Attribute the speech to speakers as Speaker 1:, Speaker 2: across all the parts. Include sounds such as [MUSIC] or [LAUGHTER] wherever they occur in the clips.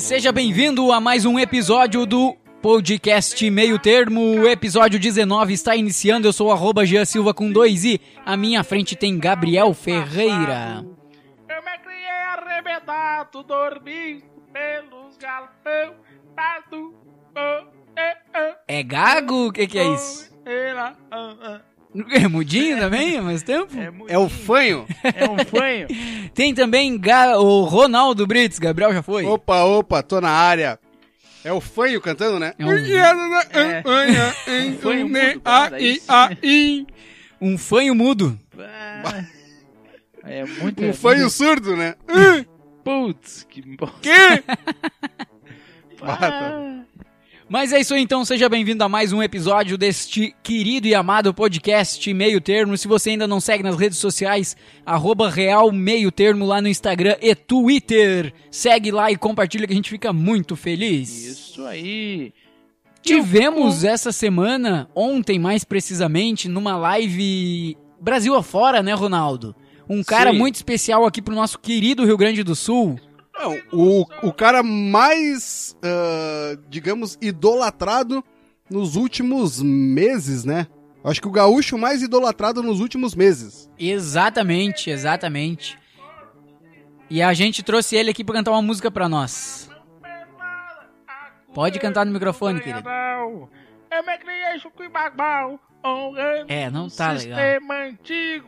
Speaker 1: seja bem-vindo a mais um episódio do podcast Meio Termo. O episódio 19 está iniciando. Eu sou o arroba Jean Silva com dois i. À minha frente tem Gabriel Ferreira.
Speaker 2: Eu me criei arrebentado, dormi pelos galpão, dado. Oh, eh, ah,
Speaker 1: É gago? O que, que é isso?
Speaker 2: oh, era, ah, ah.
Speaker 1: É mudinho também, ao mesmo tempo?
Speaker 3: É o fanho?
Speaker 2: É um fanho.
Speaker 1: Tem também Ga- o Ronaldo Brits. Gabriel já foi?
Speaker 3: Opa, opa, tô na área. É o fanho cantando, né? É um
Speaker 1: É um-
Speaker 2: fanho mudo, cara, isso.
Speaker 1: Um fanho mudo.
Speaker 2: Ah, É muito
Speaker 3: Um fanho surdo, né?
Speaker 2: Putz, que bosta.
Speaker 3: Que?
Speaker 2: Ah,
Speaker 1: Mas é isso aí, então, seja bem-vindo a mais um episódio deste querido e amado podcast Meio Termo. Se você ainda não segue nas redes sociais, arroba Real Meio Termo lá no Instagram e Twitter. Segue lá e compartilha que a gente fica muito feliz.
Speaker 2: Isso aí.
Speaker 1: Tivemos essa semana, ontem mais precisamente, numa live Brasil afora, né, Ronaldo? Um cara
Speaker 3: Sim.
Speaker 1: muito especial aqui pro nosso querido Rio Grande do Sul.
Speaker 3: Não, o, o cara mais, ah, digamos, idolatrado nos últimos meses, né? Acho que o gaúcho mais idolatrado nos últimos meses.
Speaker 1: Exatamente, exatamente. E a gente trouxe ele aqui pra cantar uma música pra nós. Pode cantar no microfone, querido.
Speaker 2: Não. Eu me criei chucuibagbal, honrando
Speaker 1: É, não
Speaker 2: o
Speaker 1: tá legal.
Speaker 2: um sistema antigo.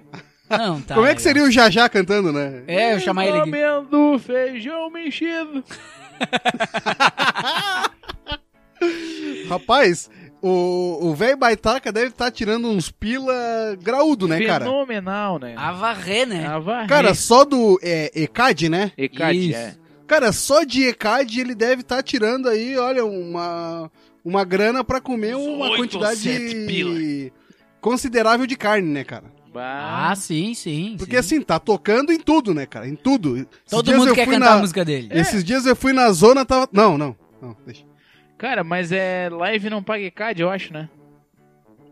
Speaker 1: Não, tá.
Speaker 3: Como é que seria o Jajá cantando, né?
Speaker 1: É, eu chamar ele aqui.
Speaker 2: Comendo feijão mexido.
Speaker 3: Rapaz, o o velho Baitaca deve estar tirando uns pila graúdo, né, cara?
Speaker 2: Fenomenal, né?
Speaker 1: A varrer, né?
Speaker 2: A varrer.
Speaker 3: Cara, só do é, ECAD, né?
Speaker 2: Ecate,
Speaker 1: Isso.
Speaker 2: é.
Speaker 3: Cara, só de ECAD ele deve estar tirando aí, olha, uma, uma grana pra comer
Speaker 2: Uns
Speaker 3: uma
Speaker 2: oito ou sete
Speaker 3: quantidade
Speaker 2: pila.
Speaker 3: considerável de carne, né, cara?
Speaker 2: Bah.
Speaker 1: Ah, sim, sim.
Speaker 3: Porque
Speaker 1: sim.
Speaker 3: assim, tá tocando em tudo, né, cara? Em tudo. Esses
Speaker 1: todo
Speaker 3: dias
Speaker 1: mundo
Speaker 3: eu
Speaker 1: quer
Speaker 3: fui
Speaker 1: cantar
Speaker 3: na-
Speaker 1: a música É. dele.
Speaker 3: Esses dias eu fui na zona, tava... Não, não, não, deixa.
Speaker 2: Cara, mas é live não paga ECAD, eu acho, né?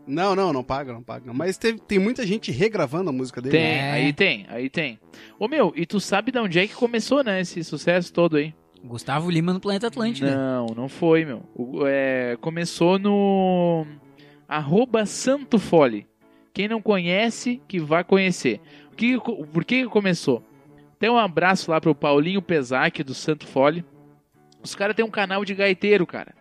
Speaker 3: Não, não, não paga, não paga. Mas teve- tem muita gente regravando a música dele. né?
Speaker 2: Tem,
Speaker 1: É.
Speaker 2: aí tem, aí tem. Ô meu, e tu sabe de onde é que começou, né, esse sucesso todo aí?
Speaker 1: Gustavo Lima no Planeta né? Atlântida.
Speaker 2: Não, não foi, meu. O- é, começou no arroba Santofole. Quem não conhece, que vá conhecer. O que, co- por que que começou? Tem um abraço lá pro Paulinho Pesac do Santo Fole. Os caras têm um canal de gaiteiro, cara.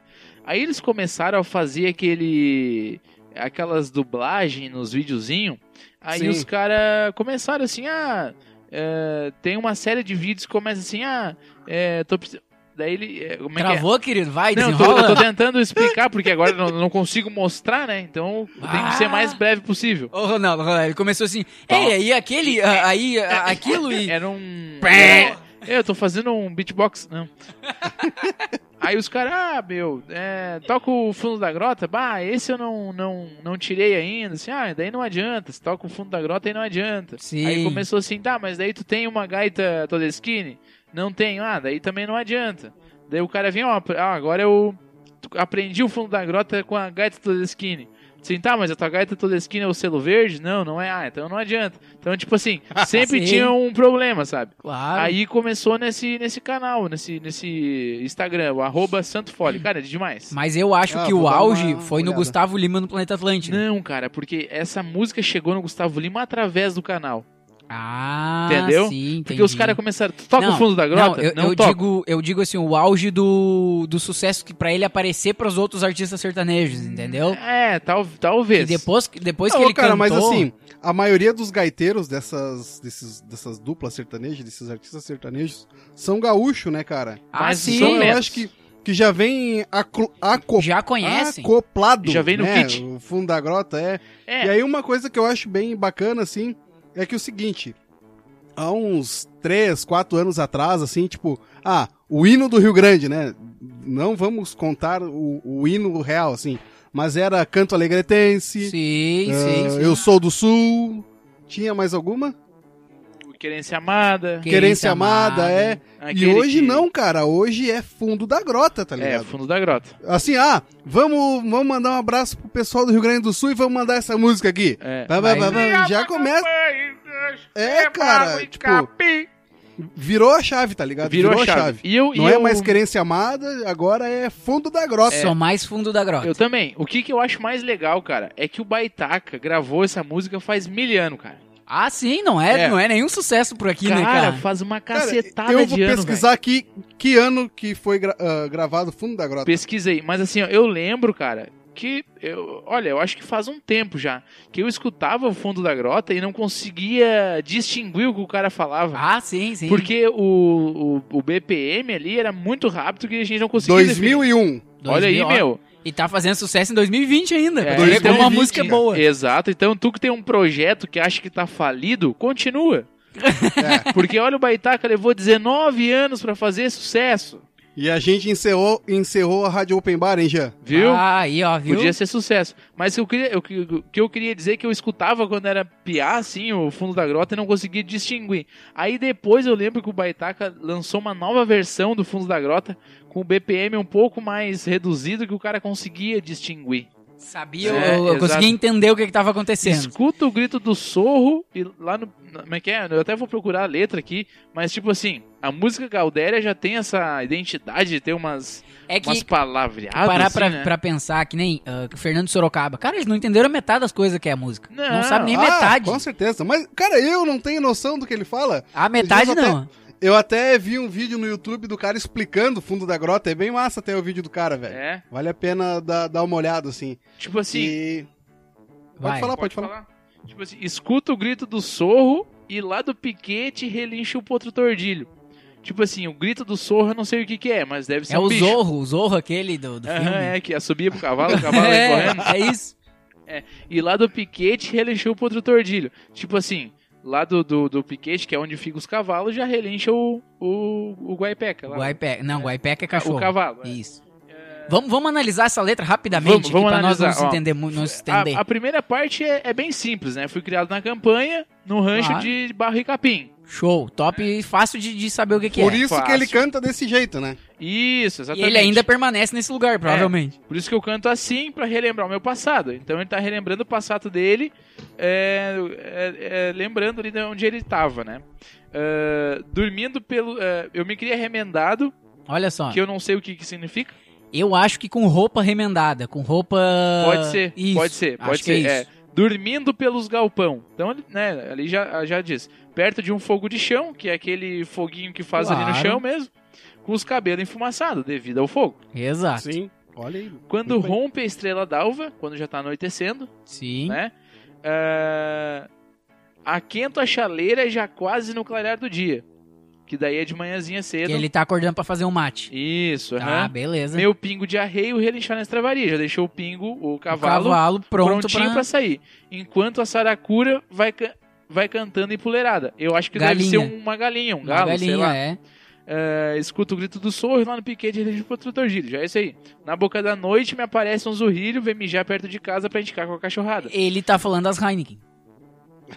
Speaker 2: Aí eles começaram a fazer aquele. aquelas dublagens nos videozinhos. Aí
Speaker 3: Sim.
Speaker 2: os caras começaram assim, ah. é, tem uma série de vídeos que começa assim, ah. é, tô precis- Daí ele. é, como é que é?
Speaker 1: Travou, querido? Vai,
Speaker 2: Não, eu tô,
Speaker 1: desenrola.
Speaker 2: eu tô tentando explicar, porque agora eu não, não consigo mostrar, né? Então tem
Speaker 1: Ah.
Speaker 2: que ser mais breve possível.
Speaker 1: Ô, Ronaldo, Ronaldo, ele começou assim, ei, aí aquele, a- aí a- aquilo e...
Speaker 2: Era um. Era- Eu tô fazendo um beatbox. Não. Aí os caras, ah, meu, é, toca o fundo da grota, bah, esse eu não, não, não tirei ainda, assim, ah, daí não adianta, se toca o fundo da grota, aí não adianta.
Speaker 1: Sim.
Speaker 2: Aí começou assim, tá, mas daí tu tem uma gaita toda skinny? Não tenho, ah, daí também não adianta. Daí o cara vem, ó, apre- ah, agora eu tu- aprendi o fundo da grota com a gaita toda skinny. Assim, tá, mas a tua gaita toda skinny é o selo verde? Não, não é, ah, então não adianta. Então,
Speaker 1: [LAUGHS]
Speaker 2: tipo assim, sempre
Speaker 1: Sim.
Speaker 2: tinha um problema, sabe?
Speaker 1: Claro.
Speaker 2: Aí começou nesse, nesse canal, nesse, nesse Instagram, o arroba Santofole. Cara, é demais.
Speaker 1: Hum. Mas eu acho
Speaker 3: Ah,
Speaker 1: que
Speaker 3: vou
Speaker 1: o
Speaker 3: dar uma
Speaker 1: auge foi no
Speaker 3: olhada.
Speaker 1: Gustavo Lima no Planeta Atlântida.
Speaker 2: Não, cara, porque essa música chegou no Gustavo Lima através do canal.
Speaker 1: Ah,
Speaker 2: Entendeu?
Speaker 1: sim, entendi.
Speaker 2: Porque os caras começaram, "Tu toca
Speaker 1: Não,
Speaker 2: o fundo da grota?
Speaker 1: Não, eu, eu
Speaker 2: toca.
Speaker 1: digo, eu digo assim, o auge do, do sucesso que pra ele aparecer pros outros artistas sertanejos, entendeu?
Speaker 2: É, tal,
Speaker 1: E
Speaker 2: talvez.
Speaker 1: depois, que- depois
Speaker 3: Não,
Speaker 1: que ele cantou...
Speaker 3: cara, mas assim, a maioria dos gaiteiros dessas, desses, dessas duplas sertanejas, desses artistas sertanejos, são gaúcho, né, cara?
Speaker 1: ah,
Speaker 2: mas
Speaker 1: sim,
Speaker 2: são
Speaker 3: Então eu
Speaker 2: menos.
Speaker 3: acho que, que já vem aclo, aco,
Speaker 1: já
Speaker 3: Ah,
Speaker 1: conhecem.
Speaker 3: acoplado.
Speaker 2: Já vem no
Speaker 3: né?
Speaker 2: kit.
Speaker 3: O fundo da grota é.
Speaker 2: É,
Speaker 3: E aí uma coisa que eu acho bem bacana, assim, é que é o seguinte, há uns 3, 4 anos atrás, assim, tipo, ah, o hino do Rio Grande, né? Não vamos contar o, o hino real, assim, mas era Canto Alegretense...
Speaker 1: Sim, sim,
Speaker 3: Ah,
Speaker 1: sim.
Speaker 3: Eu sou do Sul. Tinha mais alguma?
Speaker 2: Querência Amada.
Speaker 1: Que-
Speaker 3: Querência, amada, é.
Speaker 2: aquele
Speaker 3: e hoje
Speaker 2: que-
Speaker 3: não, cara. Hoje é fundo da grota, tá
Speaker 2: É,
Speaker 3: ligado?
Speaker 2: Fundo da Grota.
Speaker 3: Assim, ah, vamos, vamos mandar um abraço pro pessoal do Rio Grande do Sul e vamos mandar essa música aqui.
Speaker 2: É.
Speaker 3: Vai, vai,
Speaker 1: Vai.
Speaker 3: vai, vai, Já começa. É, cara, tipo,
Speaker 2: Capim,
Speaker 3: Virou a chave, tá ligado?
Speaker 2: Virou, a chave. E eu, e
Speaker 3: Não é
Speaker 2: eu-
Speaker 3: mais querência amada, agora é fundo da grossa.
Speaker 1: Só mais fundo da grota.
Speaker 2: Eu também. O que, que eu acho mais legal, cara, é que o Baitaca gravou essa música faz mil anos, cara.
Speaker 1: Ah, sim, não é,
Speaker 2: É.
Speaker 1: não é nenhum sucesso por aqui,
Speaker 2: cara,
Speaker 1: né, cara?
Speaker 2: faz uma
Speaker 3: Cara,
Speaker 2: cacetada
Speaker 3: eu vou
Speaker 2: de anos.
Speaker 3: pesquisar aqui que ano que foi gra- ah, gravado Fundo da Grota.
Speaker 2: Pesquisei, mas assim, ó, eu lembro, cara, que eu, olha, eu acho que faz um tempo já que eu escutava o fundo da grota e não conseguia distinguir o que o cara falava.
Speaker 1: Ah, sim, sim.
Speaker 2: Porque o, o, o BPM ali era muito rápido que a gente não conseguia. definir.
Speaker 3: 2001.
Speaker 1: Dois
Speaker 2: Olha aí,
Speaker 1: mil, ó.
Speaker 2: meu.
Speaker 1: E tá fazendo sucesso em 2020 ainda.
Speaker 2: É,
Speaker 1: Pra tu ver como a
Speaker 3: 2020,
Speaker 1: música é
Speaker 3: cara.
Speaker 1: boa.
Speaker 2: Exato. Então, tu que tem um projeto que acha que tá falido, continua.
Speaker 3: É.
Speaker 2: Porque olha, o Baitaca levou 19 anos pra fazer sucesso.
Speaker 3: E a gente encerrou, encerrou a Rádio Open Bar, hein, Jean?
Speaker 2: Viu?
Speaker 1: Ah, aí, ó, viu?
Speaker 2: Podia ser sucesso. Mas eu queria, eu, o que eu queria dizer é que eu escutava quando era piá, assim, o fundo da grota e não conseguia distinguir. Aí depois eu lembro que o Baitaca lançou uma nova versão do fundo da grota com o BPM um pouco mais reduzido que o cara conseguia distinguir.
Speaker 1: Sabia, eu-
Speaker 2: É,
Speaker 1: eu, eu
Speaker 2: exato.
Speaker 1: conseguia entender o que, que tava acontecendo.
Speaker 2: Escuta o grito do sorro e lá no. na- Como é que é? Eu até vou procurar a letra aqui, mas tipo assim, a música Gaudéria já tem essa identidade de ter umas,
Speaker 1: É que
Speaker 2: umas palavreadas.
Speaker 1: parar
Speaker 2: assim,
Speaker 1: pra,
Speaker 2: né?
Speaker 1: pra pensar que nem ah, que o Fernando Sorocaba. Cara, eles não entenderam metade das coisas que é a música. Não,
Speaker 2: Não.
Speaker 1: sabe nem
Speaker 3: Ah,
Speaker 1: metade.
Speaker 3: Com certeza. Mas, cara, eu não tenho noção do que ele fala.
Speaker 1: A metade
Speaker 3: Eles até-
Speaker 1: não.
Speaker 3: Eu até vi um vídeo no YouTube do cara explicando o Fundo da Grota. É bem massa até o vídeo do cara, velho.
Speaker 2: É.
Speaker 3: Vale a pena dar, dar uma olhada, assim.
Speaker 2: Tipo assim.
Speaker 3: E-
Speaker 1: Vai.
Speaker 3: Pode falar, pode, falar.
Speaker 2: Tipo assim, escuta o grito do sorro e lá do piquete relincha o potro tordilho. Tipo assim, o grito do sorro eu não sei o que que é, mas deve ser
Speaker 1: É
Speaker 2: um
Speaker 1: o
Speaker 2: bicho.
Speaker 1: Zorro, o Zorro aquele do, do
Speaker 2: Aham,
Speaker 1: filme.
Speaker 2: é, que subia pro cavalo, o cavalo ia correndo.
Speaker 1: [LAUGHS] é, é
Speaker 2: [LAUGHS]
Speaker 1: isso.
Speaker 2: E lá do piquete relincha o potro tordilho. Tipo assim, lá do, do, do piquete, que é onde ficam os cavalos, já relincha o, o, o guaipeca. Lá,
Speaker 1: Guaipeca. Não, Guaipeca é cachorro.
Speaker 2: O cavalo. é.
Speaker 1: Isso. Vamos, vamos analisar essa letra
Speaker 2: Vamos-
Speaker 1: rapidamente, que
Speaker 2: vamos
Speaker 1: pra nós não
Speaker 2: analisar,
Speaker 1: se
Speaker 2: ó.
Speaker 1: entender muito, não se estender.
Speaker 2: A, a primeira parte é, é bem simples, né? Fui criado na campanha, no rancho
Speaker 1: Claro.
Speaker 2: de barro e capim.
Speaker 1: Show, top e fácil de, de saber o que, que
Speaker 3: Por
Speaker 1: é.
Speaker 3: isso que
Speaker 2: fácil.
Speaker 3: ele canta desse jeito, né?
Speaker 1: E
Speaker 2: Isso, exatamente. É.
Speaker 1: ele ainda permanece nesse lugar, provavelmente.
Speaker 2: Por isso que eu canto assim, pra relembrar o meu passado. Então ele tá relembrando o passado dele, é, é, é, lembrando ali de onde ele tava, né? Ah, dormindo pelo. ah, eu me criei remendado,
Speaker 1: Olha só.
Speaker 2: que eu não sei o que, que significa.
Speaker 1: Eu acho que com roupa remendada, com roupa.
Speaker 2: Pode ser,
Speaker 1: Ah, Isso,
Speaker 2: pode ser,
Speaker 1: acho
Speaker 2: pode
Speaker 1: que é
Speaker 2: ser.
Speaker 1: isso.
Speaker 2: é. dormindo pelos galpão. Então, ele, né, ali já, já diz. Perto de um fogo de chão, que é aquele foguinho que faz ali no
Speaker 1: Claro.
Speaker 2: chão mesmo, com os cabelos enfumaçados devido ao fogo.
Speaker 1: Exato. Sim.
Speaker 3: Sim. Olha aí.
Speaker 2: Quando
Speaker 3: Muito bem.
Speaker 2: rompe a estrela d'alva, quando já tá anoitecendo, né? Ah, aquento a chaleira já quase no clarear do dia. Que daí é de manhãzinha
Speaker 1: Que
Speaker 2: cedo.
Speaker 1: ele tá acordando pra fazer um mate.
Speaker 2: Isso,
Speaker 1: Tá,
Speaker 2: aham.
Speaker 1: beleza.
Speaker 2: Meu pingo de arreio relinchar na estravaria. Já deixou o pingo, o
Speaker 1: O
Speaker 2: cavalo,
Speaker 1: pronto
Speaker 2: prontinho
Speaker 1: pra.
Speaker 2: pra... sair. Enquanto a saracura vai, ca- vai cantando empoleirada. Eu acho que
Speaker 1: Galinha.
Speaker 2: deve ser uma galinha, um
Speaker 1: Uma
Speaker 2: galo, sei lá.
Speaker 1: é.
Speaker 2: É, escuto o grito do sorro e lá no piquete ele pro Dr. Gílio. Já é isso aí. Na boca da noite me aparece um zurrilho, vem mijar perto de casa pra indicar com a cachorrada.
Speaker 1: Ele tá falando das Heineken.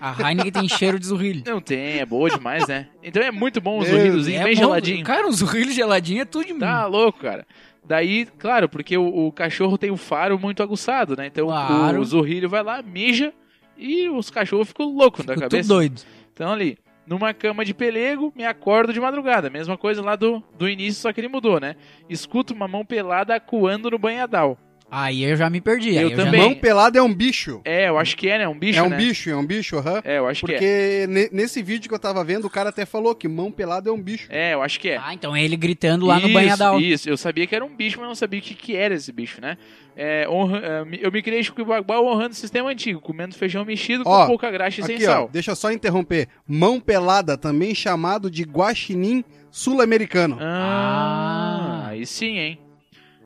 Speaker 1: A Heineken
Speaker 2: [LAUGHS]
Speaker 1: tem cheiro de zurrilho.
Speaker 2: Não tem, é boa
Speaker 1: [LAUGHS]
Speaker 2: demais, né? Então é muito bom os
Speaker 3: Meu,
Speaker 2: sorridozinhos, bem
Speaker 1: bom-
Speaker 2: geladinho.
Speaker 1: Cara, um zurrilho geladinho é tudo de
Speaker 2: Tá louco, cara. Daí, claro, porque o, o cachorro tem o faro muito aguçado, né? Então o-
Speaker 1: Claro.
Speaker 2: o zorrilho vai lá, mija e os cachorros ficam loucos da
Speaker 1: Fico tudo
Speaker 2: cabeça.
Speaker 1: doido.
Speaker 2: Então ali, numa cama de pelego, me acordo de madrugada. Mesma coisa lá do, do início, só que ele mudou, né? Escuto uma mão pelada acuando no banhadal.
Speaker 1: Aí eu já me perdi. aí
Speaker 2: Eu
Speaker 1: já
Speaker 2: também.
Speaker 1: não-
Speaker 3: Mão pelada é um bicho.
Speaker 2: É, eu acho que é, né? Um bicho,
Speaker 3: é um
Speaker 2: né?
Speaker 3: bicho, é um bicho, aham.
Speaker 2: É, eu acho que é.
Speaker 3: Porque ne- nesse vídeo que eu tava vendo, o cara até falou que mão pelada é um bicho.
Speaker 2: É, eu acho que é.
Speaker 1: Ah, então é ele gritando lá no
Speaker 2: Isso,
Speaker 1: banhadal.
Speaker 2: Isso, eu sabia que era um bicho, mas não sabia o que, que era esse bicho, né? É, honra- é, me- eu me criei Chiquibaguá honrando o sistema antigo, comendo feijão mexido
Speaker 3: Ó,
Speaker 2: com pouca graxa e sem
Speaker 3: Aqui, ó,
Speaker 2: sal.
Speaker 3: deixa eu só interromper. Mão pelada, também chamado de guaxinim sul-americano.
Speaker 2: Ah,
Speaker 1: Ah.
Speaker 2: aí sim, hein?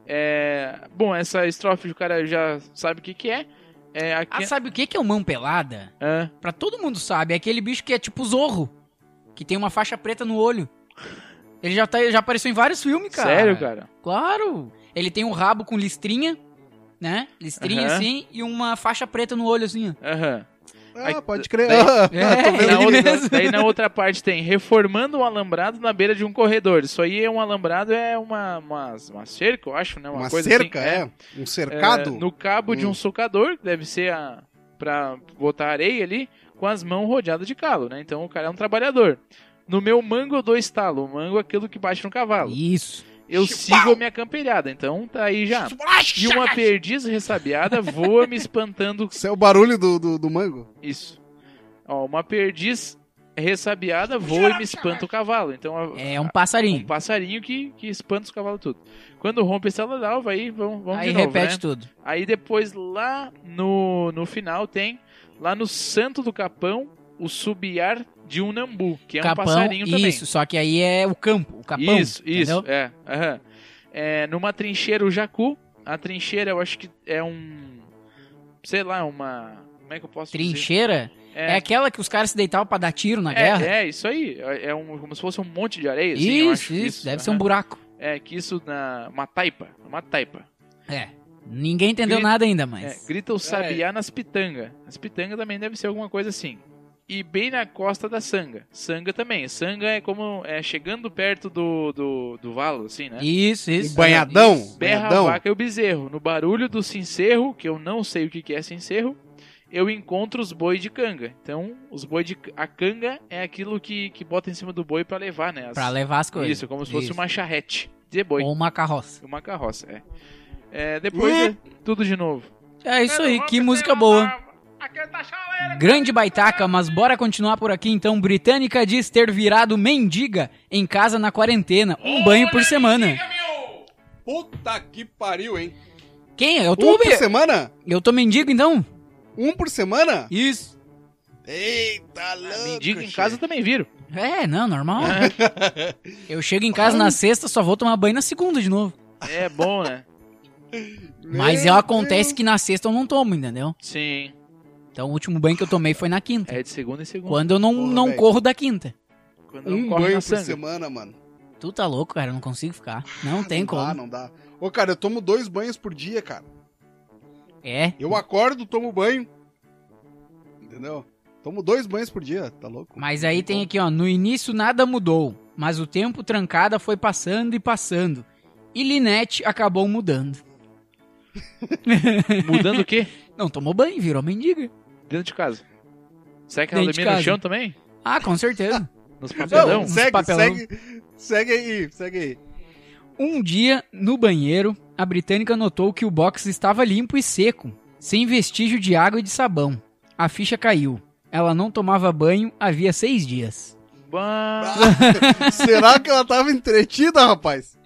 Speaker 2: É, bom, essa estrofe o cara já sabe o que, que é. É
Speaker 1: Ah,
Speaker 2: aqui.
Speaker 1: sabe o que que é o mão pelada?
Speaker 2: Ah,
Speaker 1: Pra todo mundo sabe, é aquele bicho que é tipo zorro. Que tem uma faixa preta no olho. Ele já, tá, já apareceu em vários filmes, cara.
Speaker 2: sério, cara?
Speaker 1: Claro. Ele tem um rabo com listrinha, né? Listrinha
Speaker 2: Aham.
Speaker 1: assim, e uma faixa preta no olho assim. ó.
Speaker 2: Aham.
Speaker 3: Ah,
Speaker 2: Aqui-
Speaker 3: pode crer.
Speaker 2: daí-
Speaker 3: Ah,
Speaker 1: É,
Speaker 3: tô vendo
Speaker 2: Na
Speaker 1: ele
Speaker 3: aqui.
Speaker 2: outra-
Speaker 1: mesmo.
Speaker 2: daí na outra parte tem reformando um alambrado na beira de um corredor. Isso aí é um alambrado, é uma, uma, uma cerca, eu acho, né? Uma,
Speaker 3: Uma
Speaker 2: coisa
Speaker 3: cerca,
Speaker 2: assim,
Speaker 3: é. Um cercado.
Speaker 2: É, no cabo de
Speaker 3: Hum.
Speaker 2: um socador, que deve ser a, pra botar areia ali, com as mãos rodeadas de calo, né? Então o cara é um trabalhador. No meu mango eu dou estalo. O mango é aquilo que bate no cavalo.
Speaker 1: Isso.
Speaker 2: Eu sigo a minha campelhada, então tá aí já. E uma perdiz ressabiada voa me espantando.
Speaker 3: Isso é o barulho do, do, do mango.
Speaker 2: Isso. Ó, uma perdiz ressabiada voa e me espanta o cavalo. Então a-
Speaker 1: É um
Speaker 2: um
Speaker 1: passarinho. passarinho
Speaker 2: passarinho que, que espanta os cavalos tudo. Quando rompe essa lalau, vai aí, vamos, vamos
Speaker 1: Aí
Speaker 2: de novo,
Speaker 1: repete
Speaker 2: né?
Speaker 1: tudo.
Speaker 2: Aí depois lá no, no final tem lá no Santo do Capão o subiar de um nambu, que é um passarinho também.
Speaker 1: isso, só que aí é o campo, o capão.
Speaker 2: isso,
Speaker 1: entendeu?
Speaker 2: isso, é, aham. É, numa trincheira o jacu, a trincheira eu acho que é um sei lá, uma como é que eu posso dizer?
Speaker 1: Trincheira é. aquela que os caras se deitavam pra dar tiro na
Speaker 2: é,
Speaker 1: guerra.
Speaker 2: é, isso aí, é é um, como se fosse um monte de areia, assim, eu
Speaker 1: isso,
Speaker 2: acho,
Speaker 1: isso, deve ser
Speaker 2: aham.
Speaker 1: um buraco.
Speaker 2: É, que isso na. Uma taipa. Uma taipa.
Speaker 1: É. Ninguém entendeu
Speaker 2: Grita-
Speaker 1: nada ainda, mas.
Speaker 2: É, grita o sabiá nas pitanga. As pitanga também deve ser alguma coisa assim. E bem na costa da sanga. Sanga também. Sanga é como. É chegando perto do, do, do valo, assim, né?
Speaker 1: Isso,
Speaker 3: E
Speaker 1: isso.
Speaker 3: banhadão.
Speaker 2: Berra a
Speaker 3: banhadão.
Speaker 2: vaca e o bezerro. No barulho do sincerro, que eu não sei o que que é sincerro, eu encontro os boi de canga. Então, os boi de. A canga é aquilo que, que bota em cima do boi pra levar, né? As-
Speaker 1: Pra levar as coisas.
Speaker 2: isso, como se fosse
Speaker 1: Isso.
Speaker 2: uma charrete de boi.
Speaker 1: Ou uma carroça.
Speaker 2: Uma carroça, é. É, depois
Speaker 3: Ué?
Speaker 2: é tudo de novo.
Speaker 1: É isso aí, que música boa. Grande baitaca, mas bora continuar por aqui então. Britânica diz ter virado mendiga em casa na quarentena. Um banho por semana.
Speaker 3: Puta que pariu, hein?
Speaker 1: Quem? Eu tô,
Speaker 3: Um por semana?
Speaker 1: eu tô mendigo então?
Speaker 3: Um por semana?
Speaker 1: Isso.
Speaker 3: Eita, louco.
Speaker 2: Mendigo Ah, em
Speaker 3: che. [LAUGHS]
Speaker 2: casa
Speaker 1: [LAUGHS]
Speaker 2: também viram.
Speaker 1: É, não, normal. Eu chego em casa na sexta, só vou tomar banho na segunda de novo.
Speaker 2: É bom, né?
Speaker 1: Mas
Speaker 3: Meu
Speaker 1: eu acontece
Speaker 3: Deus.
Speaker 1: que na sexta eu não tomo, entendeu?
Speaker 2: Sim.
Speaker 1: Então o último banho que eu tomei foi na quinta.
Speaker 2: É de segunda em segunda.
Speaker 1: Quando eu não,
Speaker 3: Porra,
Speaker 1: não
Speaker 3: velho.
Speaker 1: corro da quinta.
Speaker 2: Quando não
Speaker 3: Um
Speaker 2: corre
Speaker 3: banho
Speaker 2: na
Speaker 3: por
Speaker 2: sangue.
Speaker 3: semana, mano.
Speaker 1: Tu tá louco, cara, eu não consigo ficar. Não tem
Speaker 3: não
Speaker 1: como.
Speaker 3: Dá, não dá. Ô, cara, eu tomo dois banhos por dia, cara.
Speaker 1: É.
Speaker 3: Eu acordo, tomo banho. Entendeu? Tomo dois banhos por dia, tá louco?
Speaker 1: Mas aí tem aqui, ó, no início nada mudou, mas o tempo trancada foi passando e passando. E Linette acabou mudando.
Speaker 2: Mudando o quê?
Speaker 1: Não tomou banho, virou mendiga.
Speaker 2: Dentro de casa. Será que ela
Speaker 1: Dentro de
Speaker 2: dormia no
Speaker 1: casa.
Speaker 2: chão também?
Speaker 1: Ah, com
Speaker 3: [LAUGHS]
Speaker 1: certeza.
Speaker 2: Nos
Speaker 3: Não,
Speaker 2: papelão?
Speaker 1: uns
Speaker 3: segue,
Speaker 1: um papelão.
Speaker 3: segue, segue aí, segue aí.
Speaker 1: Um dia, no banheiro, a britânica notou que o box estava limpo e seco, sem vestígio de água e de sabão. A ficha caiu. Ela não tomava banho havia seis dias. [LAUGHS]
Speaker 2: Bah,
Speaker 1: Ah.
Speaker 3: [LAUGHS] Será que ela tava entretida, rapaz?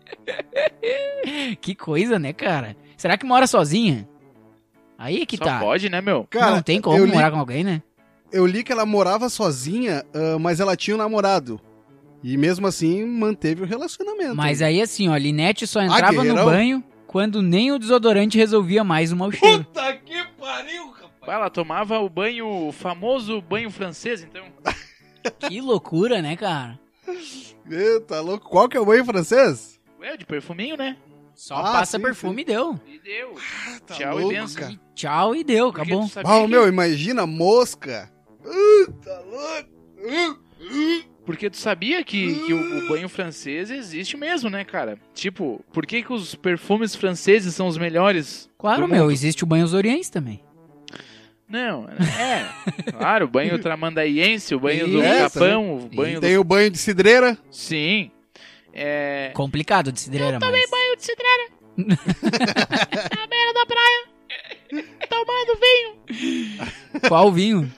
Speaker 1: Que coisa, né, cara? Será que mora sozinha? Aí que
Speaker 2: Só
Speaker 1: tá.
Speaker 2: pode, né, meu?
Speaker 3: Cara,
Speaker 1: não tem como
Speaker 3: eu li,
Speaker 1: morar com alguém, né?
Speaker 3: eu li que ela morava sozinha, ah, mas ela tinha um namorado. E mesmo assim, manteve o relacionamento.
Speaker 1: Mas aí assim, ó, Linete só entrava no
Speaker 3: guerreirão.
Speaker 1: banho quando nem o desodorante resolvia mais o mau cheiro.
Speaker 3: Puta que pariu, rapaz.
Speaker 2: Bah, Ela tomava o banho, o famoso banho francês, então.
Speaker 1: que loucura, né, cara?
Speaker 3: Eita, louco. Qual que é o banho francês?
Speaker 2: Ué, de perfuminho, né?
Speaker 1: Só
Speaker 3: Ah,
Speaker 1: passa
Speaker 3: sim,
Speaker 1: perfume e deu.
Speaker 2: E deu.
Speaker 3: Tá
Speaker 2: Tchau
Speaker 3: louco,
Speaker 2: e benção.
Speaker 3: cara.
Speaker 1: E tchau e deu,
Speaker 2: Porque tu
Speaker 1: acabou.
Speaker 2: sabia
Speaker 3: Ah,
Speaker 2: que-
Speaker 3: meu, imagina a mosca. Uh, tá louco. Uh, uh.
Speaker 2: Porque tu sabia que, que
Speaker 3: Ah.
Speaker 2: o, o banho francês existe mesmo, né, cara? Tipo, por que, que os perfumes franceses são os melhores?
Speaker 1: Claro,
Speaker 2: do
Speaker 1: meu,
Speaker 2: mundo?
Speaker 1: existe o banho dos orientes também.
Speaker 2: Não,
Speaker 3: [LAUGHS]
Speaker 2: é. claro, o banho tramandaiense, o banho do
Speaker 3: Isso,
Speaker 2: Japão, o banho
Speaker 3: Tem
Speaker 2: do.
Speaker 3: o banho de cidreira.
Speaker 2: Sim. É.
Speaker 1: Complicado de cidreira, mas...
Speaker 2: Banho de cidreira! [LAUGHS] Na beira da praia! Tomando vinho!
Speaker 1: Qual vinho?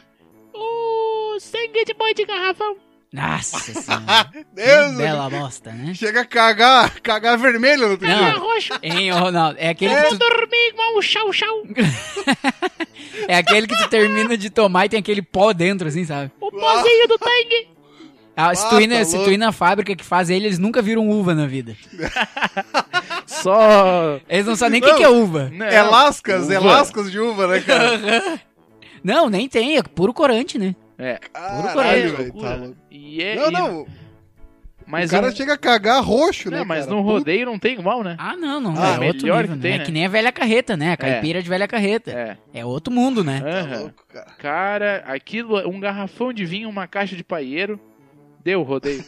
Speaker 2: O sangue de boi de garrafão!
Speaker 1: Nossa senhora,
Speaker 3: [LAUGHS] Deus,
Speaker 1: que bela bosta, né?
Speaker 3: Chega a cagar, cagar vermelho
Speaker 1: Não.
Speaker 3: no dia. [LAUGHS]
Speaker 2: roxo!
Speaker 1: Hein, ô, Ronaldo, é aquele, que tu,
Speaker 2: dormir igual um chau-chau!
Speaker 1: é aquele que tu termina de tomar e tem aquele pó dentro, assim, sabe?
Speaker 2: O
Speaker 3: pozinho
Speaker 2: do tangue!
Speaker 1: Ah, se, tu ir na,
Speaker 3: tá
Speaker 1: se tu
Speaker 3: louco.
Speaker 1: ir na fábrica que faz ele, eles nunca viram uva na vida.
Speaker 2: Só.
Speaker 1: Eles não sabem nem o
Speaker 3: Não.
Speaker 1: que, que é uva.
Speaker 2: Não,
Speaker 3: É lascas, é
Speaker 2: uva.
Speaker 3: lascas de uva, né, cara?
Speaker 1: Não, nem tem, é puro corante, né?
Speaker 2: É.
Speaker 3: Caralho,
Speaker 2: É,
Speaker 3: velho, tá
Speaker 2: loucura.
Speaker 3: louco.
Speaker 2: E é,
Speaker 3: Não,
Speaker 2: e-
Speaker 3: não,
Speaker 2: Mas
Speaker 3: o cara
Speaker 2: um-
Speaker 3: chega a cagar roxo,
Speaker 2: Não,
Speaker 3: né,
Speaker 2: mas
Speaker 3: cara?
Speaker 2: no
Speaker 3: Puta
Speaker 2: rodeio não tem igual, né?
Speaker 1: Ah, não, não.
Speaker 3: Ah,
Speaker 1: é outro nível,
Speaker 2: melhor que
Speaker 1: né?
Speaker 2: tem,
Speaker 1: É
Speaker 2: né?
Speaker 1: que nem a velha carreta, né? A
Speaker 3: É.
Speaker 1: caipira de velha carreta.
Speaker 2: É.
Speaker 1: É. outro mundo, né?
Speaker 2: Aham.
Speaker 3: Tá louco, cara.
Speaker 2: Cara, aquilo é um garrafão de vinho, uma caixa de paieiro. Deu o
Speaker 3: [LAUGHS]
Speaker 2: rodeio.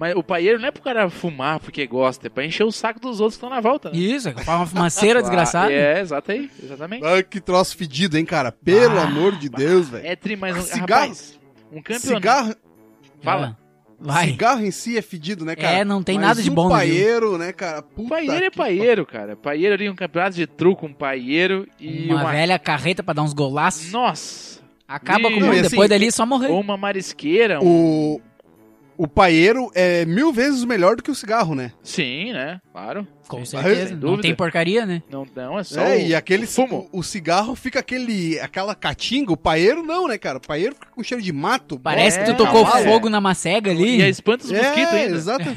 Speaker 2: mas o paieiro não é pro cara fumar porque gosta, é pra encher o saco dos outros que estão na volta, né?
Speaker 1: Isso, é uma
Speaker 3: [LAUGHS]
Speaker 1: fumaceira desgraçada.
Speaker 2: É, exato aí, exatamente.
Speaker 3: Ah, que troço fedido, hein, cara? Pelo
Speaker 1: Ah, Bah,
Speaker 3: amor de Deus, velho.
Speaker 2: É tri, mas um,
Speaker 3: Cigarro?
Speaker 2: rapaz, um campeonato.
Speaker 3: Ah, Cigarro,
Speaker 2: Fala.
Speaker 1: Vai.
Speaker 3: Cigarro em si é fedido, né, cara?
Speaker 1: É, não tem
Speaker 3: Mas
Speaker 1: nada de
Speaker 3: um
Speaker 1: bom no livro.
Speaker 3: paieiro, né, cara? Puta
Speaker 2: Paieiro é
Speaker 3: que pa-
Speaker 2: paieiro, cara. Paieiro ali, um campeonato de truco, um paieiro e
Speaker 1: uma,
Speaker 2: uma...
Speaker 1: velha carreta pra dar uns golaços.
Speaker 2: Nossa!
Speaker 1: Acaba com o
Speaker 2: Não,
Speaker 1: mundo.
Speaker 3: e assim,
Speaker 1: Depois dali é só morrer.
Speaker 2: Ou uma marisqueira. Um...
Speaker 3: O, o paieiro é mil vezes melhor do que o cigarro, né?
Speaker 2: Sim, né? Claro.
Speaker 1: Com
Speaker 2: Sim.
Speaker 1: certeza.
Speaker 2: Sem
Speaker 1: Não
Speaker 2: dúvida.
Speaker 1: tem porcaria, né?
Speaker 2: Não, não, é só
Speaker 3: É,
Speaker 2: o-
Speaker 3: e aquele
Speaker 2: fumo.
Speaker 3: O, o cigarro fica aquele, aquela catinga. O paieiro não, né, cara? O paieiro fica com cheiro de mato.
Speaker 1: Parece que
Speaker 2: É,
Speaker 1: tu tocou
Speaker 2: cavalo.
Speaker 1: fogo na macega
Speaker 2: E aí
Speaker 1: ali.
Speaker 2: espanta os
Speaker 3: É,
Speaker 2: mosquitos
Speaker 1: [LAUGHS]
Speaker 2: ainda.
Speaker 3: exato.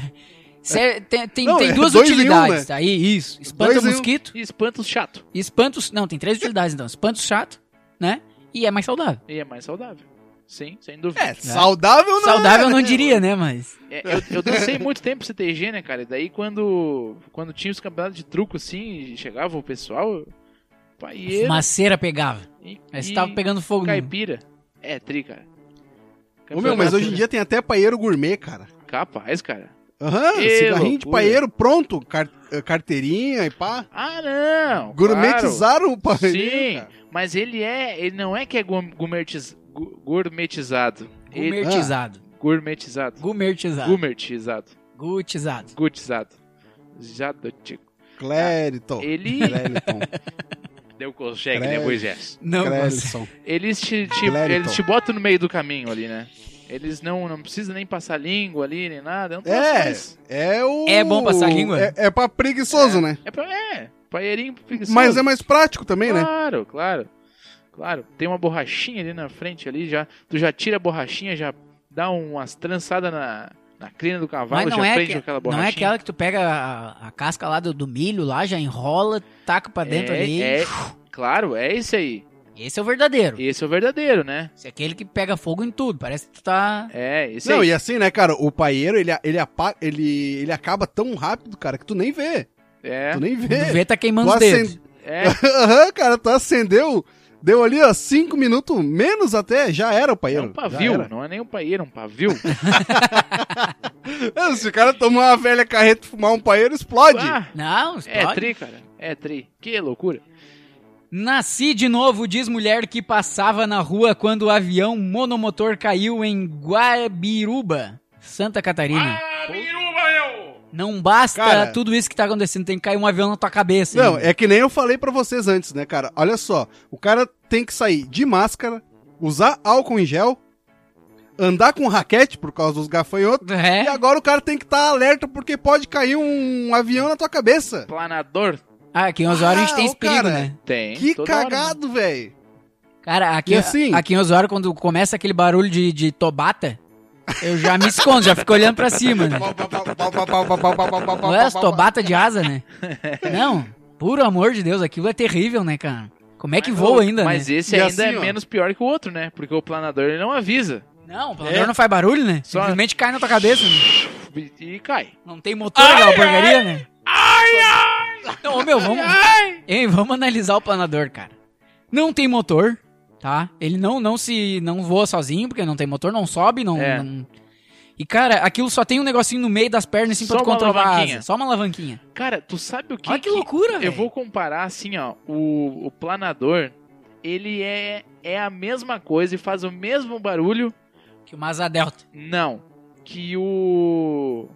Speaker 1: Cê- tem tem,
Speaker 3: Não,
Speaker 1: tem
Speaker 3: é
Speaker 1: duas
Speaker 3: dois em um,
Speaker 1: utilidades,
Speaker 3: né?
Speaker 1: tá? Aí, isso. Espanta
Speaker 3: Dois em um.
Speaker 1: mosquito,
Speaker 2: E espanta os chato.
Speaker 1: espanta os... Não, tem três utilidades, então. Espanta os chato, né? E é mais saudável.
Speaker 2: E é mais saudável. Sim, sem dúvida.
Speaker 3: É, saudável não
Speaker 1: saudável
Speaker 3: é,
Speaker 1: eu não
Speaker 3: né?
Speaker 1: diria, né? Mas...
Speaker 2: É, eu, eu dancei muito tempo CTG, né, cara? E daí quando, quando tinha os campeonatos de truco, assim, e chegava o pessoal, paieiro
Speaker 1: Maceira pegava.
Speaker 2: e,
Speaker 1: Mas
Speaker 2: e
Speaker 1: tava pegando fogo né? no...
Speaker 2: caipira. É, tri, cara.
Speaker 3: né? Ô, meu, mas
Speaker 2: Campeonato,
Speaker 3: hoje em dia tem até paieiro gourmet, cara.
Speaker 2: né? Capaz, cara.
Speaker 3: Aham,
Speaker 2: Que
Speaker 3: cigarrinho de
Speaker 2: loucura.
Speaker 3: paieiro pronto, car- eh, carteirinha e pá.
Speaker 2: Ah, não! claro.
Speaker 3: Gourmetizaram o paieiro.
Speaker 2: Sim,
Speaker 3: né, cara.
Speaker 2: mas ele é. Ele não é que é gourmetiz- gu- gourmetizado. Ele-
Speaker 1: Gumertizado.
Speaker 2: gourmetizado.
Speaker 1: Gumertizado.
Speaker 2: Gourmetizado.
Speaker 1: Gutizado.
Speaker 2: Gutizado. Jado, tico.
Speaker 3: Clériton.
Speaker 2: Ele.
Speaker 3: Clériton.
Speaker 2: Deu consegue, né,
Speaker 3: Credo.
Speaker 2: Moisés?
Speaker 1: [LAUGHS] Não, mas-
Speaker 3: Clériton.
Speaker 2: Eles te, te-
Speaker 3: Clériton.
Speaker 2: eles te botam no meio do caminho ali, né? Eles não, não precisam nem passar língua ali, nem nada. É, um troço
Speaker 3: É.
Speaker 2: mais-
Speaker 3: É o.
Speaker 1: É bom passar a língua?
Speaker 3: É, é pra preguiçoso, né?
Speaker 2: é, pra, é paeirinho preguiçoso.
Speaker 3: Mas é mais prático também, né?
Speaker 2: Claro, claro. Claro. Tem uma borrachinha ali na frente ali, já. Tu já tira a borrachinha, já dá umas trançadas na, na crina do cavalo,
Speaker 1: Mas não
Speaker 2: já
Speaker 1: é,
Speaker 2: prende
Speaker 1: que-
Speaker 2: aquela
Speaker 1: não
Speaker 2: borrachinha.
Speaker 1: é aquela que tu pega a, a casca lá do, do milho, lá já enrola, taca pra dentro
Speaker 2: É,
Speaker 1: ali.
Speaker 2: é. Claro, é esse aí.
Speaker 1: Esse é o verdadeiro.
Speaker 2: Esse é o verdadeiro, né?
Speaker 1: Esse é aquele que pega fogo em tudo. Parece que tu tá.
Speaker 2: É, esse
Speaker 3: Não,
Speaker 2: aí.
Speaker 3: e assim, né, cara, o paieiro, ele, ele, apa- ele, ele acaba tão rápido, cara, que tu nem vê.
Speaker 2: É,
Speaker 3: Tu nem
Speaker 1: Tu
Speaker 3: vê.
Speaker 1: vê, tá queimando
Speaker 3: Tu
Speaker 1: os dedos.
Speaker 3: acen-
Speaker 2: é.
Speaker 3: [LAUGHS] Aham, cara, tu acendeu, deu ali, ó, cinco minutos, menos até, já era o
Speaker 2: É
Speaker 3: paieiro.
Speaker 2: um
Speaker 3: já
Speaker 2: pavio,
Speaker 3: era.
Speaker 2: não é nem um paieiro, é um
Speaker 3: [LAUGHS]
Speaker 2: pavio.
Speaker 3: É, Se o cara tomar uma velha carreta e fumar um paieiro, explode.
Speaker 2: Ah,
Speaker 1: Não,
Speaker 2: é
Speaker 1: explode.
Speaker 2: tri, cara. É tri. Que loucura.
Speaker 1: Nasci de novo, diz mulher que passava na rua quando o avião monomotor caiu em Guabiruba, Santa Catarina. Não basta
Speaker 3: Cara.
Speaker 1: tudo isso que tá acontecendo, tem que cair um avião na tua cabeça.
Speaker 3: Não,
Speaker 1: ainda.
Speaker 3: é que nem eu falei pra vocês antes, né, cara? Olha só, o cara tem que sair de máscara, usar álcool em gel, andar com raquete por causa dos gafanhotos, e
Speaker 1: É.
Speaker 3: agora o cara tem que estar alerta porque pode cair um avião na tua cabeça.
Speaker 2: Planador.
Speaker 1: Ah, aqui em Osório a gente
Speaker 3: Ah,
Speaker 1: tem
Speaker 3: ô,
Speaker 1: esse perigo,
Speaker 3: cara.
Speaker 1: né?
Speaker 2: Tem.
Speaker 3: Que
Speaker 2: toda hora, né?
Speaker 3: cagado, velho.
Speaker 1: Cara, aqui, é-
Speaker 3: E assim-
Speaker 1: aqui em Osório, quando começa aquele barulho de, de tobata, eu já me escondo, já fico olhando pra cima. Né? Não é as tobata de asa, né? Não, puro amor de Deus, aquilo é terrível, né, cara? Como é que
Speaker 2: Mas,
Speaker 1: voa
Speaker 2: ô,
Speaker 1: ainda,
Speaker 2: Mas
Speaker 1: né?
Speaker 2: esse
Speaker 3: E
Speaker 2: ainda
Speaker 3: assim,
Speaker 2: é
Speaker 3: ó.
Speaker 2: menos pior que o outro, né? Porque o planador ele não avisa.
Speaker 3: é.
Speaker 1: Não, o planador não faz barulho, né?
Speaker 2: Só-
Speaker 1: Simplesmente cai na tua cabeça. Né?
Speaker 2: E cai.
Speaker 1: Não tem motor aquela porcaria, né? Não, ô, meu, vamos... Hein, vamos analisar o planador, cara. Não tem motor, tá? Ele não, não se... Não voa sozinho, porque não tem motor, não sobe, não...
Speaker 2: É.
Speaker 1: não- E, cara, aquilo só tem um negocinho no meio das pernas, assim, pra
Speaker 2: Só
Speaker 1: tu
Speaker 2: uma
Speaker 1: controlar a
Speaker 2: alavanquinha.
Speaker 1: asa. Só uma alavanquinha.
Speaker 2: Cara, tu sabe o que.
Speaker 1: Olha que loucura,
Speaker 2: Eu
Speaker 1: velho.
Speaker 2: vou comparar assim, ó. O, o planador, ele é, é a mesma coisa e faz o mesmo barulho.
Speaker 1: Que uma asa delta.
Speaker 2: Não. Que o.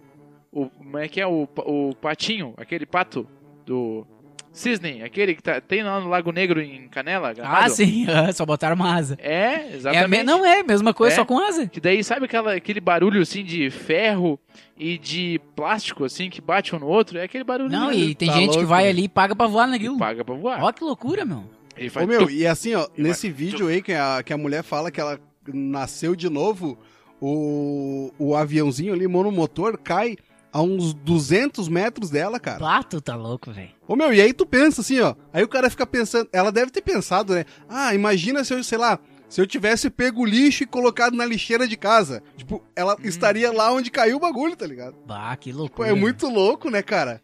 Speaker 2: o como é que é o, pa- o patinho? Aquele pato do. Cisne, aquele que tá, tem lá no Lago Negro em Canela, Gramado.
Speaker 1: Ah, sim. [LAUGHS] ah, só botaram uma asa.
Speaker 2: É,
Speaker 1: É a
Speaker 2: exatamente.
Speaker 1: me... Não é, a mesma coisa,
Speaker 2: É.
Speaker 1: só com asa.
Speaker 2: Que daí, sabe aquela, aquele barulho assim de ferro e de plástico, assim, que bate um no outro? É aquele barulho.
Speaker 1: Não,
Speaker 2: ali,
Speaker 1: e tem
Speaker 3: tá
Speaker 1: gente que
Speaker 3: louco,
Speaker 1: vai
Speaker 3: né?
Speaker 1: ali e paga pra voar
Speaker 2: que
Speaker 1: naquilo.
Speaker 2: paga pra voar.
Speaker 1: Ó que loucura, meu.
Speaker 2: Ele
Speaker 3: Ô,
Speaker 2: faz
Speaker 3: meu,
Speaker 2: tup.
Speaker 3: e assim, ó,
Speaker 2: E vai
Speaker 3: nesse vídeo aí que a, que a mulher fala que ela nasceu de novo, o, o aviãozinho ali, monomotor, cai a uns 200 metros dela, cara.
Speaker 1: Ah, tu tá louco, velho.
Speaker 3: Ô meu, e aí tu pensa assim, ó. Aí o cara fica pensando, ela deve ter pensado, né? Ah, imagina se eu, sei lá, se eu tivesse pego o lixo e colocado na lixeira de casa. Tipo, ela
Speaker 1: Hum.
Speaker 3: estaria lá onde caiu o bagulho, tá ligado?
Speaker 1: Bah, que
Speaker 3: Pô,
Speaker 1: loucura.
Speaker 3: é muito louco, né, cara?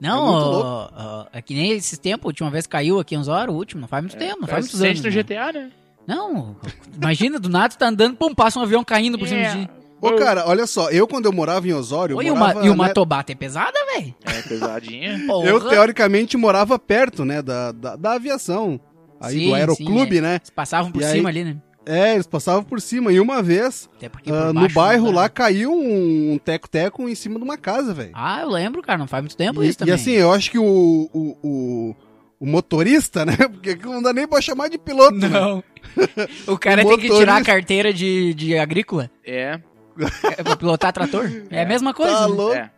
Speaker 1: Não,
Speaker 3: é muito
Speaker 1: ó,
Speaker 3: louco.
Speaker 1: ó, é que nem esses tempos, a última vez que caiu aqui uns horas, o último, não faz
Speaker 3: É,
Speaker 1: muito tempo, não
Speaker 2: Cara,
Speaker 1: faz
Speaker 2: se
Speaker 1: muitos anos.
Speaker 2: sente no
Speaker 1: né?
Speaker 2: GTA, né?
Speaker 1: Não, imagina, do nada tu tá andando, pum, passa um avião caindo por cima
Speaker 2: É.
Speaker 1: de ti.
Speaker 3: Ô, cara, olha só, eu quando eu morava em Osório, eu
Speaker 1: Oi,
Speaker 3: morava,
Speaker 1: uma, e uma
Speaker 3: né,
Speaker 1: tobata é pesada, velho?
Speaker 2: É pesadinha.
Speaker 3: Eu teoricamente morava perto, né, da, da, da aviação. Aí
Speaker 1: Sim, é.
Speaker 3: do aeroclube, né?
Speaker 1: Passavam por
Speaker 3: E aí-
Speaker 1: cima ali, né?
Speaker 3: É, eles passavam por cima. E uma vez,
Speaker 1: Até porque
Speaker 3: ah,
Speaker 1: por
Speaker 3: no
Speaker 1: baixo
Speaker 3: bairro
Speaker 1: não dá,
Speaker 3: lá,
Speaker 1: né?
Speaker 3: caiu um teco-teco em cima de uma casa, velho.
Speaker 1: Ah, eu lembro, cara, não faz muito tempo
Speaker 3: E,
Speaker 1: isso também.
Speaker 3: e assim, eu acho que o, o, o, o motorista, né? [LAUGHS] Porque aquilo não dá nem pra chamar de piloto. né?
Speaker 1: Não. [LAUGHS] O cara
Speaker 3: O
Speaker 1: tem que tirar a
Speaker 3: motorista-
Speaker 1: carteira de, de agrícola
Speaker 2: É,
Speaker 1: é, pra pilotar trator.
Speaker 3: [LAUGHS]
Speaker 1: É a mesma coisa.
Speaker 3: Tá
Speaker 1: né?
Speaker 3: louco.
Speaker 2: é.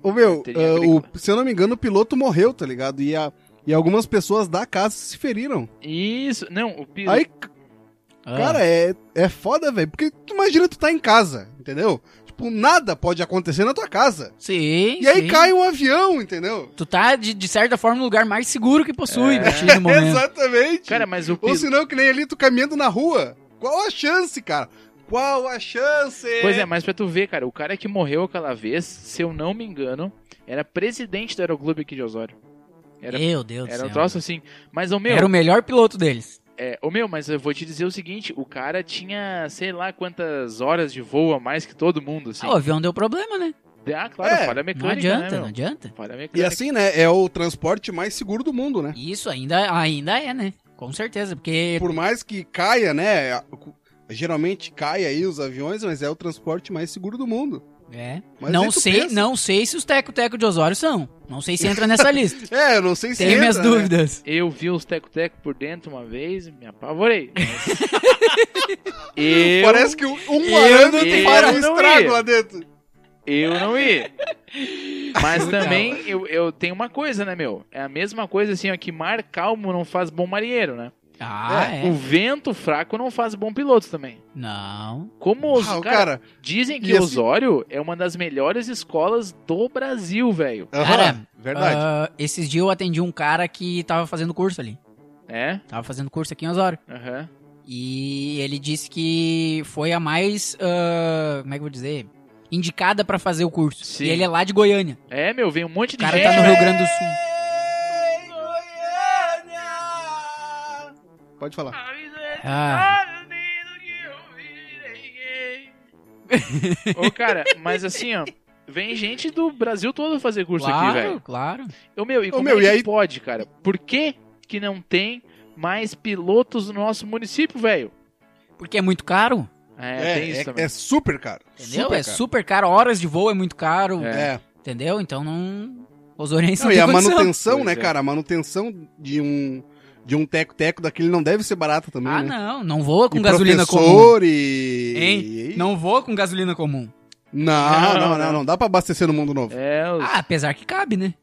Speaker 3: Ô, meu,
Speaker 2: Bateria
Speaker 3: ah, o-
Speaker 2: agrícola.
Speaker 3: se eu não me engano, o piloto morreu, tá ligado? E, a, e algumas pessoas da casa se feriram.
Speaker 2: Isso, não, o piso.
Speaker 3: Aí,
Speaker 1: Ah.
Speaker 3: cara, é, é foda, velho. Porque tu imagina tu tá em casa, entendeu? Tipo, nada pode acontecer na tua casa.
Speaker 1: Sim,
Speaker 3: E aí
Speaker 1: sim.
Speaker 3: cai um avião, entendeu?
Speaker 1: Tu tá, de, de certa forma, no lugar mais seguro que possui
Speaker 2: É.
Speaker 1: pra ti no Um
Speaker 3: [LAUGHS]
Speaker 1: momento.
Speaker 3: Exatamente.
Speaker 2: Cara, mas o
Speaker 3: Ou
Speaker 2: piso.
Speaker 3: senão que nem ali tu caminhando na rua. Qual a chance, cara? Qual a chance?
Speaker 2: Pois é, mas pra tu ver, cara, o cara que morreu aquela vez, se eu não me engano, era presidente do Aeroclube aqui de Osório. Era,
Speaker 1: Meu Deus
Speaker 2: era
Speaker 1: do
Speaker 2: um
Speaker 1: céu.
Speaker 2: troço assim. Mas o meu,
Speaker 1: Era um- o melhor piloto deles.
Speaker 2: é, o meu, mas eu vou te dizer o seguinte, o cara tinha, sei lá, quantas horas de voo a mais que todo mundo, assim.
Speaker 1: Ah, o avião deu problema, né?
Speaker 2: Ah, claro,
Speaker 3: É,
Speaker 2: falha
Speaker 1: Não
Speaker 2: mecânica,
Speaker 1: adianta,
Speaker 2: né,
Speaker 1: não
Speaker 2: meu?
Speaker 1: adianta.
Speaker 2: Falha mecânica.
Speaker 3: E assim, né? É o transporte mais seguro do mundo, né?
Speaker 1: Isso ainda, ainda é, né? Com certeza, porque
Speaker 3: Por mais que caia, né? a- Geralmente cai aí os aviões, mas é o transporte mais seguro do mundo.
Speaker 1: é,
Speaker 3: Mas aí
Speaker 1: não
Speaker 3: tu
Speaker 1: sei,
Speaker 3: pensa.
Speaker 1: não sei se os teco-teco de Osório são. Não sei se entra nessa lista.
Speaker 3: É, eu não sei [LAUGHS] se
Speaker 1: Tenho minhas
Speaker 3: entra, né?
Speaker 1: dúvidas.
Speaker 2: Eu vi os teco-teco por dentro uma vez e me
Speaker 3: [LAUGHS]
Speaker 2: apavorei. mas- eu,
Speaker 3: Parece que um
Speaker 1: eu
Speaker 3: arando
Speaker 2: não
Speaker 3: te
Speaker 2: ia,
Speaker 3: faz um
Speaker 2: eu não
Speaker 3: estrago
Speaker 2: ia.
Speaker 3: lá dentro.
Speaker 2: eu
Speaker 1: [LAUGHS]
Speaker 2: não ia. Mas
Speaker 1: Legal.
Speaker 2: também eu, eu tenho uma coisa, né, meu? É a mesma coisa assim, ó, que mar calmo não faz bom marinheiro, né?
Speaker 1: Ah, é?
Speaker 3: Uh.
Speaker 2: O vento fraco não faz bom piloto também.
Speaker 1: Não.
Speaker 2: Como os
Speaker 3: Ah, o
Speaker 2: cara,
Speaker 3: cara.
Speaker 2: dizem que
Speaker 3: e assim-
Speaker 2: Osório é uma das melhores escolas do Brasil, velho.
Speaker 3: aham,
Speaker 1: Cara,
Speaker 3: verdade.
Speaker 1: Ah, esses dias eu atendi um cara que tava fazendo curso ali.
Speaker 2: É?
Speaker 1: Tava fazendo curso aqui em Osório.
Speaker 2: Aham.
Speaker 1: E ele disse que foi a mais. ah, como é que eu vou dizer? Indicada pra fazer o curso.
Speaker 2: Sim.
Speaker 1: E ele é lá de Goiânia.
Speaker 2: É, meu, vem um monte
Speaker 1: O
Speaker 2: de
Speaker 1: cara
Speaker 2: gente.
Speaker 1: tá no
Speaker 2: né?
Speaker 1: Rio Grande do Sul.
Speaker 3: Pode falar.
Speaker 1: Ah,
Speaker 2: Ô, cara, mas assim, ó. Vem gente do Brasil todo fazer curso
Speaker 1: claro,
Speaker 2: aqui, velho.
Speaker 1: claro.
Speaker 2: Ô, meu, e
Speaker 3: Ô,
Speaker 2: como
Speaker 3: meu,
Speaker 2: é
Speaker 3: e
Speaker 2: que
Speaker 3: aí-
Speaker 2: pode, cara? Por que que não tem mais pilotos no nosso município, velho?
Speaker 1: Porque é muito caro,
Speaker 2: É, tem isso também.
Speaker 3: é super caro.
Speaker 1: entendeu?
Speaker 3: Super
Speaker 1: é
Speaker 3: caro.
Speaker 1: super caro. Horas de voo é muito caro,
Speaker 2: É.
Speaker 3: É.
Speaker 1: entendeu? Então não. Os orientes
Speaker 3: Não,
Speaker 1: não,
Speaker 3: e
Speaker 1: têm
Speaker 3: a
Speaker 1: condição.
Speaker 3: manutenção,
Speaker 2: Pois
Speaker 3: né,
Speaker 2: é.
Speaker 3: cara? A manutenção de um de um teco-teco daquele não deve ser barata também,
Speaker 1: Ah,
Speaker 3: né?
Speaker 1: não. Não voa com
Speaker 3: E
Speaker 1: gasolina comum.
Speaker 3: professor e...
Speaker 1: Hein?
Speaker 3: Não.
Speaker 1: Não voa com gasolina comum.
Speaker 3: Não, não, não,
Speaker 2: não.
Speaker 3: Dá pra abastecer no mundo novo.
Speaker 2: É, o,
Speaker 1: Ah, apesar que cabe, né?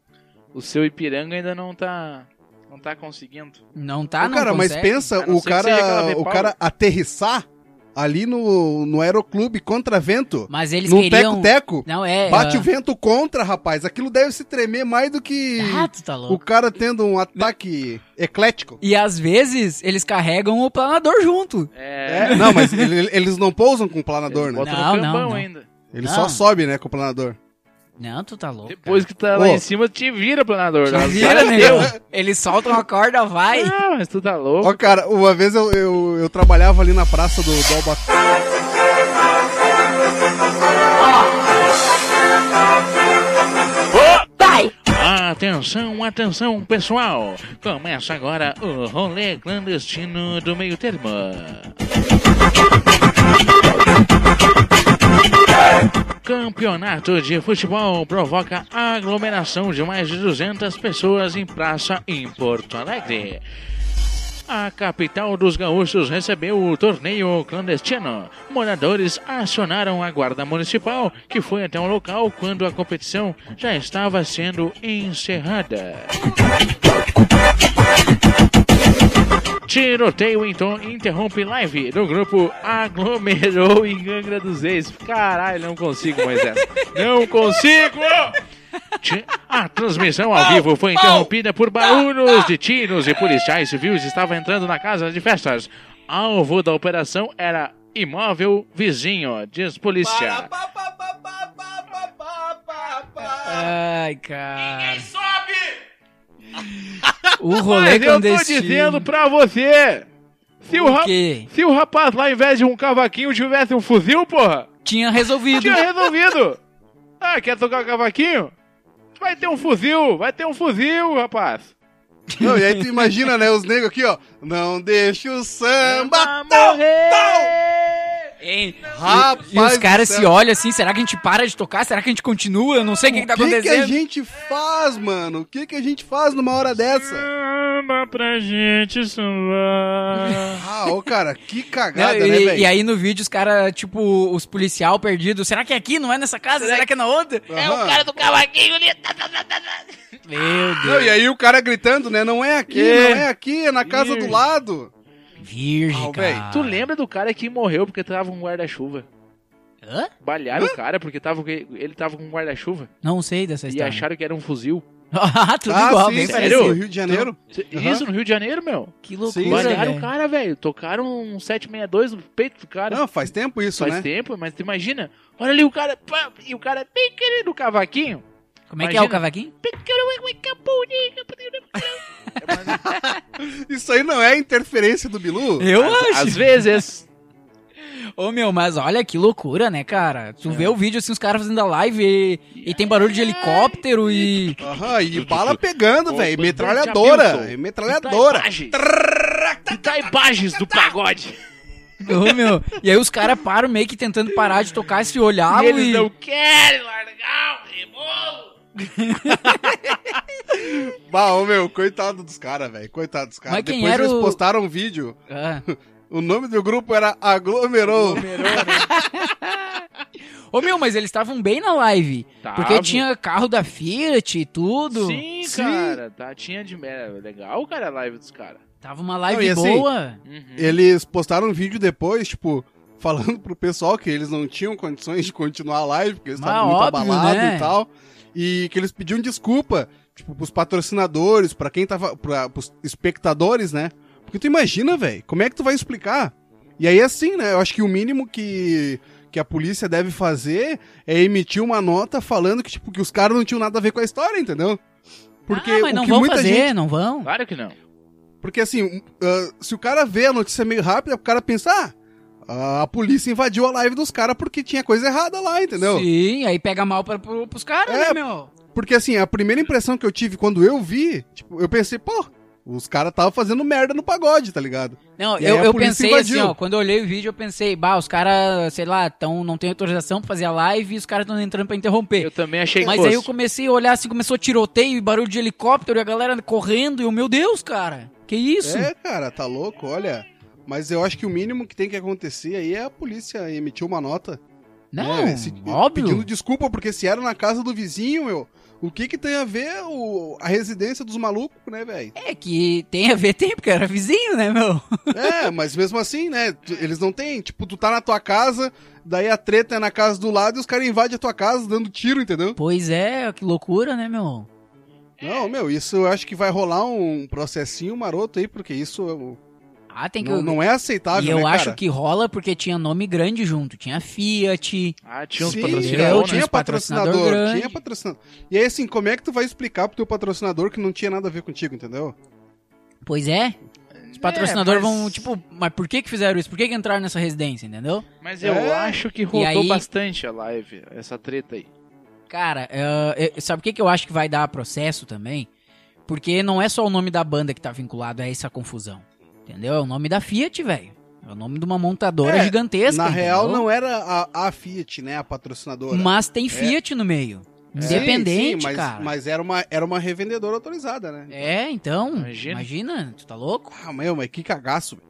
Speaker 2: o seu Ipiranga ainda não tá. Não tá conseguindo.
Speaker 1: Não tá,
Speaker 3: Ô,
Speaker 1: não
Speaker 3: cara, mas
Speaker 1: consegue.
Speaker 3: pensa,
Speaker 2: A não
Speaker 3: o
Speaker 2: ser que seja aquela
Speaker 3: cara,
Speaker 2: V-Power.
Speaker 3: o cara aterrissar ali no, no aeroclube contra vento,
Speaker 1: Mas eles
Speaker 3: num
Speaker 1: queriam...
Speaker 3: teco-teco,
Speaker 1: Não, é...
Speaker 3: bate
Speaker 1: ah,
Speaker 3: o vento contra, rapaz. Aquilo deve se tremer mais do que
Speaker 1: Ah, tu tá
Speaker 3: o
Speaker 1: louco.
Speaker 3: cara tendo um ataque eclético.
Speaker 1: E às vezes, eles carregam o planador junto.
Speaker 2: É.
Speaker 3: É, não, mas ele- eles não pousam com o planador, né?
Speaker 2: Bota no
Speaker 1: Não, não,
Speaker 2: cambão
Speaker 1: não.
Speaker 2: ainda.
Speaker 3: Ele
Speaker 1: Não.
Speaker 3: só sobe, né, com o planador.
Speaker 1: Não, tu tá louco,
Speaker 2: Depois
Speaker 1: cara.
Speaker 2: que tá lá
Speaker 3: Ô.
Speaker 2: em cima, te vira, planador.
Speaker 1: Já
Speaker 2: Nossa,
Speaker 1: vira,
Speaker 2: meu
Speaker 1: negão.
Speaker 3: né?
Speaker 1: Eles soltam a corda, vai.
Speaker 2: um- Ah, mas tu tá louco.
Speaker 3: Ó, cara, uma vez eu, eu, eu trabalhava ali na praça do, do Albatroz.
Speaker 2: Atenção, atenção, pessoal! Começa agora o rolê clandestino do meio termo. Campeonato de futebol provoca aglomeração de mais de 200 pessoas em praça em Porto Alegre. A capital dos gaúchos recebeu o torneio clandestino. Moradores acionaram a guarda municipal, que foi até o local quando a competição já estava sendo encerrada. Tiroteio então interrompe live do grupo Aglomerou em Gangra dos Reis. Caralho, não consigo mais essa. Não consigo! Ti- A transmissão ao vivo foi interrompida por barulhos de tiros e policiais civis estavam entrando na casa de festas. Alvo da operação era imóvel vizinho, diz polícia.
Speaker 1: Ai, cara. Ninguém sobe! O rolê
Speaker 2: eu tô
Speaker 1: clandestino.
Speaker 2: dizendo pra você! Se o, ra-
Speaker 1: que
Speaker 2: se o rapaz lá, ao invés de um cavaquinho, tivesse um fuzil, porra,
Speaker 1: tinha resolvido.
Speaker 2: tinha resolvido! Ah, quer tocar cavaquinho? Vai ter um fuzil, vai ter um fuzil, rapaz!
Speaker 3: Não, e aí tu imagina, né, os negros aqui, ó. Não deixa o samba
Speaker 2: Vai
Speaker 3: tal,
Speaker 2: morrer!
Speaker 3: tal.
Speaker 1: Hein?
Speaker 3: Rapaz
Speaker 1: e os
Speaker 3: do
Speaker 1: caras
Speaker 3: céu.
Speaker 1: se olham assim, será que a gente para de tocar? Será que a gente continua? Eu não sei o que, que tá
Speaker 3: O que, que a
Speaker 1: acontecendo.
Speaker 3: gente faz, mano? O que, que a gente faz numa hora dessa?
Speaker 2: Samba pra gente sambar.
Speaker 3: Ah, ô cara, que
Speaker 1: Não,
Speaker 3: cagada,
Speaker 1: e,
Speaker 3: né,
Speaker 1: e
Speaker 3: velho?
Speaker 1: aí no vídeo os caras, tipo, os policial perdidos. Será que é aqui? Não é nessa casa? Será que é na outra?
Speaker 3: É o cara
Speaker 1: do cavaquinho ali. Meu
Speaker 3: Não,
Speaker 1: Deus.
Speaker 3: e aí o cara gritando, né? Não é aqui,
Speaker 2: É.
Speaker 3: não é aqui, é na casa do
Speaker 2: Ih.
Speaker 3: lado.
Speaker 1: Virgem,
Speaker 3: Ah, velho,
Speaker 1: cara.
Speaker 2: Tu lembra do cara que morreu porque tava com guarda-chuva?
Speaker 1: Hã?
Speaker 2: Balharam o cara porque tava, com- ele tava com guarda-chuva
Speaker 1: Não sei dessa
Speaker 2: e
Speaker 1: história.
Speaker 2: acharam que era um fuzil.
Speaker 1: [LAUGHS] ah, tudo
Speaker 3: ah,
Speaker 1: igual,
Speaker 3: sim,
Speaker 1: bem
Speaker 3: sim,
Speaker 1: parecido.
Speaker 3: No Rio de Janeiro? Aham.
Speaker 2: Isso no Rio de Janeiro, meu.
Speaker 1: Que
Speaker 3: Sim,
Speaker 1: loucura,
Speaker 2: Balearam o
Speaker 1: velho.
Speaker 2: cara, velho. Tocaram um 762 no peito do cara.
Speaker 3: Não, faz tempo isso,
Speaker 2: Faz
Speaker 3: né?
Speaker 2: tempo, mas tu imagina. Olha ali o cara. pá, e o cara bem querido o cavaquinho.
Speaker 1: Como é que é o
Speaker 2: Imagina.
Speaker 1: cavaquinho?
Speaker 3: Isso aí não é interferência do Bilu?
Speaker 1: Eu
Speaker 2: Às-
Speaker 1: acho.
Speaker 2: Às vezes.
Speaker 1: Ô, meu, mas olha que loucura, né, cara? Tu vê o vídeo, assim, os caras fazendo a live e, e tem barulho de helicóptero e...
Speaker 3: Aham, e bala pegando,
Speaker 2: Ô,
Speaker 3: velho.
Speaker 2: bandante
Speaker 3: Metralhadora.
Speaker 2: Hamilton.
Speaker 3: é Metralhadora.
Speaker 2: Taibagens do pagode.
Speaker 1: Ô, meu, e aí os caras param meio que tentando parar de tocar, se
Speaker 2: E
Speaker 1: olhavam
Speaker 2: eles
Speaker 1: e...
Speaker 2: não querem largar o rebolo.
Speaker 3: Bah, ô, meu, coitado dos caras, velho. Coitado dos caras.
Speaker 1: Mas quem
Speaker 3: Depois
Speaker 1: era
Speaker 3: eles
Speaker 1: o-
Speaker 3: postaram um vídeo.
Speaker 1: Ah.
Speaker 3: O nome do grupo era Aglomerou.
Speaker 1: Ô, meu, mas eles estavam bem na live.
Speaker 2: Tava.
Speaker 1: Porque tinha carro da Fiat e tudo.
Speaker 2: Sim,
Speaker 3: Sim.
Speaker 2: cara. Tá, tinha de merda. Legal, cara, a live dos caras.
Speaker 1: Tava uma live
Speaker 3: Não, e assim,
Speaker 1: boa.
Speaker 2: Uhum.
Speaker 3: Eles postaram um vídeo depois, tipo, [LAUGHS] falando pro pessoal que eles não tinham condições de continuar a live, que eles
Speaker 1: Mas
Speaker 3: estavam muito
Speaker 1: óbvio,
Speaker 3: abalados
Speaker 1: né?
Speaker 3: e tal. E que eles pediam desculpa, tipo, pros patrocinadores, pra quem tava. Pra, pros espectadores, né? Porque tu imagina, velho, como é que tu vai explicar? E aí, assim, né? Eu acho que o mínimo que. Que a polícia deve fazer é emitir uma nota falando que, tipo, que os caras não tinham nada a ver com a história, entendeu? Porque
Speaker 1: ah, mas
Speaker 3: o
Speaker 1: não
Speaker 3: que
Speaker 1: vão
Speaker 3: muita
Speaker 1: fazer,
Speaker 3: gente Ah,
Speaker 1: não vão.
Speaker 2: Claro que não.
Speaker 3: porque assim, um, ah, se o cara vê a notícia meio rápida, o cara pensa, ah, a polícia invadiu a live dos caras porque tinha coisa errada lá, entendeu?
Speaker 1: Sim, aí pega mal pra, pro- pros caras, né,
Speaker 3: É.
Speaker 1: meu?
Speaker 3: Porque assim, a primeira impressão que eu tive quando eu vi, tipo, eu pensei, pô, os caras estavam fazendo merda no pagode, tá ligado?
Speaker 1: Não,
Speaker 3: E
Speaker 1: eu,
Speaker 3: aí a
Speaker 1: eu
Speaker 3: polícia
Speaker 1: pensei
Speaker 3: invadiu.
Speaker 1: assim, ó, quando eu olhei o vídeo, eu pensei, bah, os caras, sei lá, tão, não tem autorização pra fazer a live e os caras estão entrando pra interromper.
Speaker 2: Eu também achei que
Speaker 1: Mas
Speaker 2: fosse.
Speaker 1: aí eu comecei a olhar assim, começou tiroteio e barulho de helicóptero e a galera correndo e eu, meu Deus, cara, que isso?
Speaker 3: É, cara, tá louco, olha. Mas eu acho que o mínimo que tem que acontecer aí é a polícia emitir uma nota.
Speaker 1: não,
Speaker 3: né, se-
Speaker 1: óbvio.
Speaker 3: Pedindo desculpa, porque se era na casa do vizinho, meu, o que que tem a ver o- a residência dos malucos, né, velho?
Speaker 1: É que tem a ver [LAUGHS] tempo, porque era vizinho, né, meu?
Speaker 3: É, mas mesmo assim, né? tu- Eles não têm. Tipo, tu tá na tua casa, daí a treta é na casa do lado e os caras invadem a tua casa dando tiro, entendeu?
Speaker 1: Pois é, que loucura, né, meu?
Speaker 3: Não, meu, isso eu acho que vai rolar um processinho maroto aí, porque isso eu-
Speaker 1: Ah, tem que...
Speaker 3: não, não é aceitável.
Speaker 1: e eu
Speaker 3: né,
Speaker 1: acho
Speaker 3: cara?
Speaker 1: que rola porque tinha nome grande junto. Tinha Fiat.
Speaker 2: Ah, tinha uns
Speaker 3: Sim,
Speaker 1: eu
Speaker 2: patrocinadores.
Speaker 1: tinha
Speaker 2: né?
Speaker 3: tinha
Speaker 1: uns patrocinador
Speaker 3: patrocinador,
Speaker 1: grande.
Speaker 3: tinha patrocinador. E aí, assim, como é que tu vai explicar pro teu patrocinador que não tinha nada a ver contigo, entendeu?
Speaker 1: Pois é. Os
Speaker 2: É,
Speaker 1: patrocinadores
Speaker 2: mas-
Speaker 1: vão, tipo, mas por que que fizeram isso? Por que que entraram nessa residência, entendeu?
Speaker 2: Mas eu
Speaker 3: É.
Speaker 2: acho que rodou
Speaker 1: aí-
Speaker 2: bastante a live, essa treta aí.
Speaker 1: Cara, eh, eh, sabe o que que eu acho que vai dar processo também? Porque não é só o nome da banda que tá vinculado a essa confusão. Entendeu? É o nome da Fiat, velho. É o nome de uma montadora
Speaker 3: É,
Speaker 1: gigantesca.
Speaker 3: na real,
Speaker 1: entendeu?
Speaker 3: não era a, a Fiat, né? A patrocinadora.
Speaker 1: assim. Mas tem Fiat no meio.
Speaker 3: É. Sim,
Speaker 1: Independente,
Speaker 3: sim, mas,
Speaker 1: cara.
Speaker 3: Mas era uma, era uma revendedora autorizada, né?
Speaker 1: É, então. Imagina.
Speaker 2: Imagina.
Speaker 1: tu tá louco?
Speaker 3: Ah, meu, mas que cagaço. velho.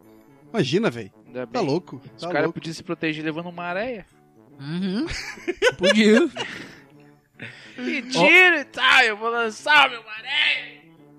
Speaker 3: Imagina, velho.
Speaker 2: Ainda bem.
Speaker 3: Tá louco.
Speaker 2: Os
Speaker 3: Tá
Speaker 1: é
Speaker 2: caras
Speaker 3: louco.
Speaker 2: podiam se proteger levando uma areia.
Speaker 3: [LAUGHS]
Speaker 1: Uhum. Podia.
Speaker 2: E tiro e tal,
Speaker 1: tá,
Speaker 2: eu vou lançar meu areia.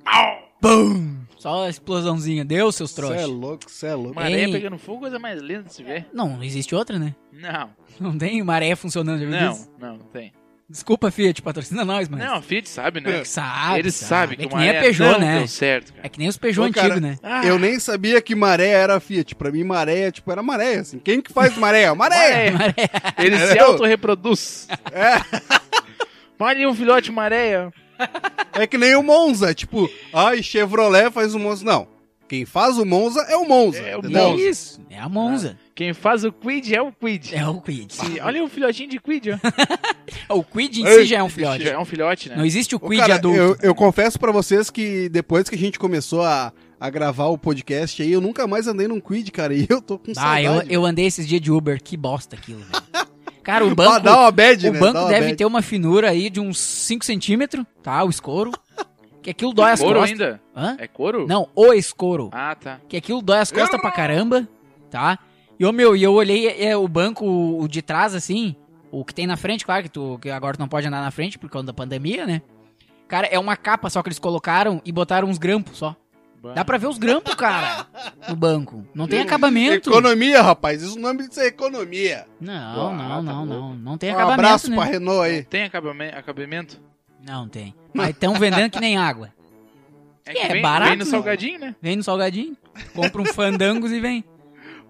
Speaker 2: Au!
Speaker 1: Bum! Só a explosãozinha. Deu, seus
Speaker 3: Cê é
Speaker 1: trouxas.
Speaker 3: louco, cê é louco.
Speaker 2: Uma areia
Speaker 1: Ei.
Speaker 2: pegando fogo, coisa mais linda de se ver.
Speaker 1: Não, não existe outra, né?
Speaker 2: Não,
Speaker 1: Não tem maré funcionando. já viu
Speaker 2: não,
Speaker 1: disso?
Speaker 2: não, não tem.
Speaker 1: Desculpa, Fiat, patrocina nós, mas...
Speaker 2: Não, a Fiat sabe,
Speaker 1: É
Speaker 2: né?
Speaker 1: que sabe,
Speaker 2: Eles
Speaker 1: sabe.
Speaker 2: sabem
Speaker 1: É
Speaker 2: que
Speaker 1: que
Speaker 2: uma
Speaker 1: nem a
Speaker 2: areia
Speaker 1: Peugeot,
Speaker 2: não
Speaker 1: né?
Speaker 2: deu certo, cara.
Speaker 1: É que nem os Peugeot
Speaker 3: Ô, cara,
Speaker 1: antigos,
Speaker 3: [LAUGHS]
Speaker 1: né?
Speaker 2: Ah,
Speaker 3: Eu nem sabia que maré era Fiat. Pra mim, maré, tipo, era maré, assim. Quem que faz maré? Maré!
Speaker 1: É Maré.
Speaker 2: [LAUGHS] Ele
Speaker 3: [LAUGHS]
Speaker 2: se
Speaker 3: Entendeu?
Speaker 2: autorreproduz.
Speaker 3: É,
Speaker 2: [LAUGHS] Olha um filhote de maréia.
Speaker 3: é que nem o Monza, tipo, ai, Chevrolet faz o Monza. Não. Quem faz o Monza é o Monza.
Speaker 2: É o
Speaker 3: entendeu?
Speaker 2: Monza.
Speaker 3: Ah.
Speaker 1: Isso, é a Monza.
Speaker 2: Quem faz o quid é o quid.
Speaker 1: É o Quid.
Speaker 2: Se- olha o filhotinho de quid, ó.
Speaker 1: O Quid em
Speaker 3: Ei,
Speaker 1: si já é um [LAUGHS] filhote.
Speaker 2: Já é um filhote, né?
Speaker 1: Não existe o
Speaker 3: Ô,
Speaker 1: Quid
Speaker 3: cara,
Speaker 1: adulto.
Speaker 3: Eu, eu confesso pra vocês que depois que a gente começou a, a gravar o podcast aí, eu nunca mais andei num quid, cara. E eu tô com
Speaker 1: Ah,
Speaker 3: saudade.
Speaker 1: eu, eu andei esses dias de Uber, que bosta aquilo, velho. Cara,
Speaker 3: [LAUGHS]
Speaker 1: o
Speaker 3: Bah,
Speaker 1: banco,
Speaker 3: dá uma bad,
Speaker 1: o
Speaker 3: né? Dá
Speaker 1: banco
Speaker 3: uma
Speaker 1: deve
Speaker 3: bad.
Speaker 1: ter uma finura aí de uns 5 centímetros, tá? O escoro. Que aquilo dói as
Speaker 2: couro
Speaker 1: costas.
Speaker 2: ainda?
Speaker 1: Hã?
Speaker 2: É couro?
Speaker 1: Não, o escoro.
Speaker 2: Ah, tá.
Speaker 1: Que aquilo dói as costas pra caramba, tá? E, ô, meu, e eu olhei é, o banco o de trás, assim, o que tem na frente, claro que tu que agora tu não pode andar na frente por causa da pandemia, né? Cara, é uma capa só que eles colocaram e botaram uns grampos só. Dá pra ver os grampos, cara, no banco. Não tem acabamento.
Speaker 3: Economia, rapaz. Isso o nome disso é economia.
Speaker 1: Não,
Speaker 2: Ah,
Speaker 1: não,
Speaker 2: tá
Speaker 1: não,
Speaker 2: louco.
Speaker 1: não. Não tem
Speaker 3: Um
Speaker 1: acabamento,
Speaker 3: abraço
Speaker 1: né?
Speaker 3: pra Renault aí.
Speaker 2: Tem acabamen- acabamento?
Speaker 1: Não tem. Mas estão vendendo que nem água.
Speaker 2: que
Speaker 1: É
Speaker 2: vem,
Speaker 1: barato,
Speaker 2: Vem no
Speaker 1: né?
Speaker 2: salgadinho, né?
Speaker 1: Vem no salgadinho, compra um fandangos e vem.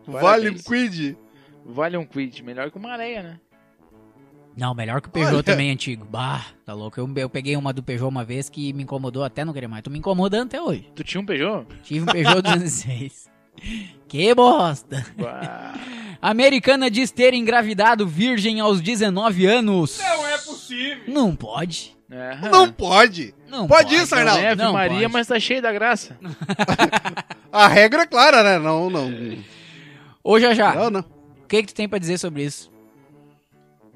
Speaker 3: Vale um
Speaker 2: Parabéns.
Speaker 3: quid.
Speaker 2: Vale um quid. Melhor que uma areia, né?
Speaker 1: Não, melhor que o Peugeot
Speaker 3: Olha.
Speaker 1: também antigo. Bah, tá louco. Eu, eu peguei uma do Peugeot uma vez que me incomodou até não querer mais. Tô me incomodando até hoje.
Speaker 2: Tu tinha
Speaker 1: [LAUGHS]
Speaker 2: um Peugeot?
Speaker 1: Tive um Peugeot 206. Que bosta!
Speaker 2: Bah.
Speaker 1: Americana diz ter engravidado virgem aos 19 anos.
Speaker 4: Não é possível.
Speaker 1: Não pode.
Speaker 2: É.
Speaker 1: Ah.
Speaker 3: Não pode.
Speaker 1: Não
Speaker 3: Pode
Speaker 1: pode.
Speaker 3: isso,
Speaker 2: Não
Speaker 3: Arnaldo.
Speaker 2: é Ave
Speaker 1: Não
Speaker 2: Maria,
Speaker 1: pode.
Speaker 2: mas tá cheio da graça.
Speaker 3: A regra é clara, né? Não, não.
Speaker 1: Ô, já já.
Speaker 3: Não, não.
Speaker 1: O que, que tu tem pra dizer sobre isso?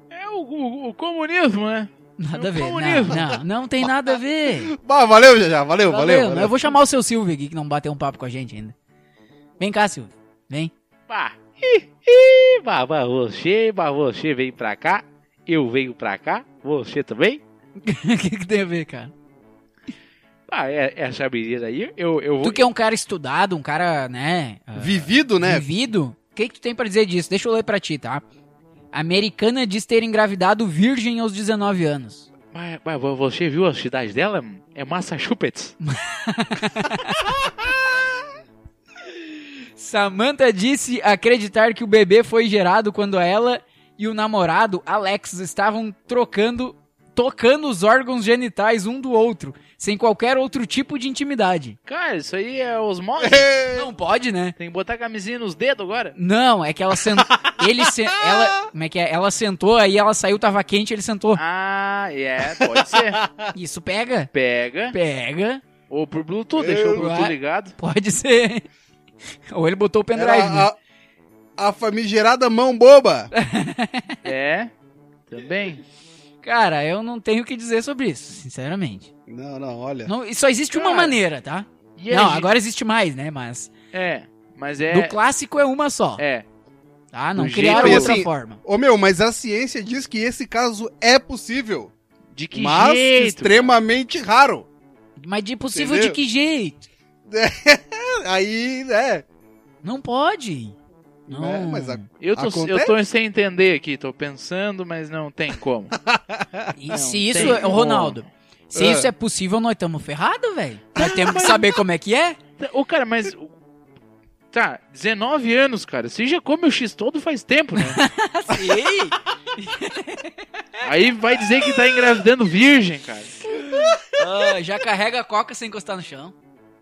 Speaker 2: É o, o- o comunismo, né?
Speaker 1: Nada a
Speaker 2: É um
Speaker 1: ver. Não,
Speaker 2: comunismo.
Speaker 1: não, não tem nada a ver.
Speaker 3: Bah, valeu, já, já. Valeu, valeu.
Speaker 1: Valeu,
Speaker 3: valeu.
Speaker 1: Eu vou chamar o seu Silvio aqui, que não bateu um papo com a gente ainda. Vem cá, Silvio. Vem.
Speaker 2: Pá. Ih, ih, Bah, bah, você, bah, você veio pra cá. Eu venho pra cá. Você também?
Speaker 1: [LAUGHS] O que, que tem a ver, cara?
Speaker 2: Ah, é, essa menina aí, eu, eu vou.
Speaker 1: Tu que é um cara estudado, um cara, né? ah,
Speaker 3: Vivido, né?
Speaker 1: Vivido. O que, que tu tem pra dizer disso? Deixa eu ler pra ti, tá? Americana diz ter engravidado virgem aos 19 anos.
Speaker 2: Mas, mas vo- você viu a cidade dela? É Massachusetts.
Speaker 1: Samantha disse acreditar que o bebê foi gerado quando ela e o namorado, Alex, estavam trocando, tocando os órgãos genitais um do outro, sem qualquer outro tipo de intimidade.
Speaker 2: Cara, isso aí é osmose.
Speaker 1: [LAUGHS] Não pode, né?
Speaker 2: Tem que botar camisinha nos dedos agora.
Speaker 1: Não, é que ela sentou. [LAUGHS] ele se... ela, como é que é? Ela sentou, aí ela saiu, tava quente, ele sentou.
Speaker 2: Ah, é,
Speaker 1: [LAUGHS]
Speaker 2: pode ser.
Speaker 1: Isso pega?
Speaker 2: Pega.
Speaker 1: Pega.
Speaker 2: Ou por Bluetooth, deixou
Speaker 1: Ué.
Speaker 2: o Bluetooth ligado.
Speaker 1: Pode ser. Ou ele botou o
Speaker 3: Era
Speaker 1: pendrive, né?
Speaker 3: a, a famigerada
Speaker 1: [LAUGHS]
Speaker 3: mão boba.
Speaker 2: É. Também.
Speaker 1: Cara, eu não tenho o que dizer sobre isso, sinceramente.
Speaker 3: Não, não, olha.
Speaker 1: Não, e só existe uma
Speaker 2: É. Cara,
Speaker 1: maneira, tá?
Speaker 2: E
Speaker 1: não,
Speaker 2: a gente-
Speaker 1: agora existe mais, né? Mas
Speaker 2: É, mas é.
Speaker 1: do clássico é uma só,
Speaker 2: É.
Speaker 1: tá? Não
Speaker 2: do
Speaker 1: criaram
Speaker 3: jeito-
Speaker 1: outra
Speaker 3: Assim,
Speaker 1: forma.
Speaker 3: Ô meu, mas a ciência diz que esse caso é possível,
Speaker 2: De que
Speaker 3: mas
Speaker 2: jeito?
Speaker 3: extremamente raro.
Speaker 1: Mas de possível
Speaker 3: entendeu?
Speaker 1: de que jeito?
Speaker 3: Aí, né?
Speaker 1: Não pode. Não.
Speaker 3: É, mas a-
Speaker 2: Eu tô, eu
Speaker 3: Acontece?
Speaker 2: tô sem entender aqui, tô pensando, mas não tem como.
Speaker 1: E
Speaker 2: Não
Speaker 1: se
Speaker 2: tem
Speaker 1: isso, é,
Speaker 2: como. Ah.
Speaker 1: Ronaldo, se
Speaker 3: É.
Speaker 1: isso é possível, nós estamos ferrados, velho. Nós temos que saber como é que é.
Speaker 2: [LAUGHS] Ô, cara, mas. Tá, 19 anos, cara. Você já come o X todo faz tempo, [LAUGHS] né? Aí vai dizer que tá engravidando virgem, cara.
Speaker 1: Ah, já carrega a coca sem encostar no chão.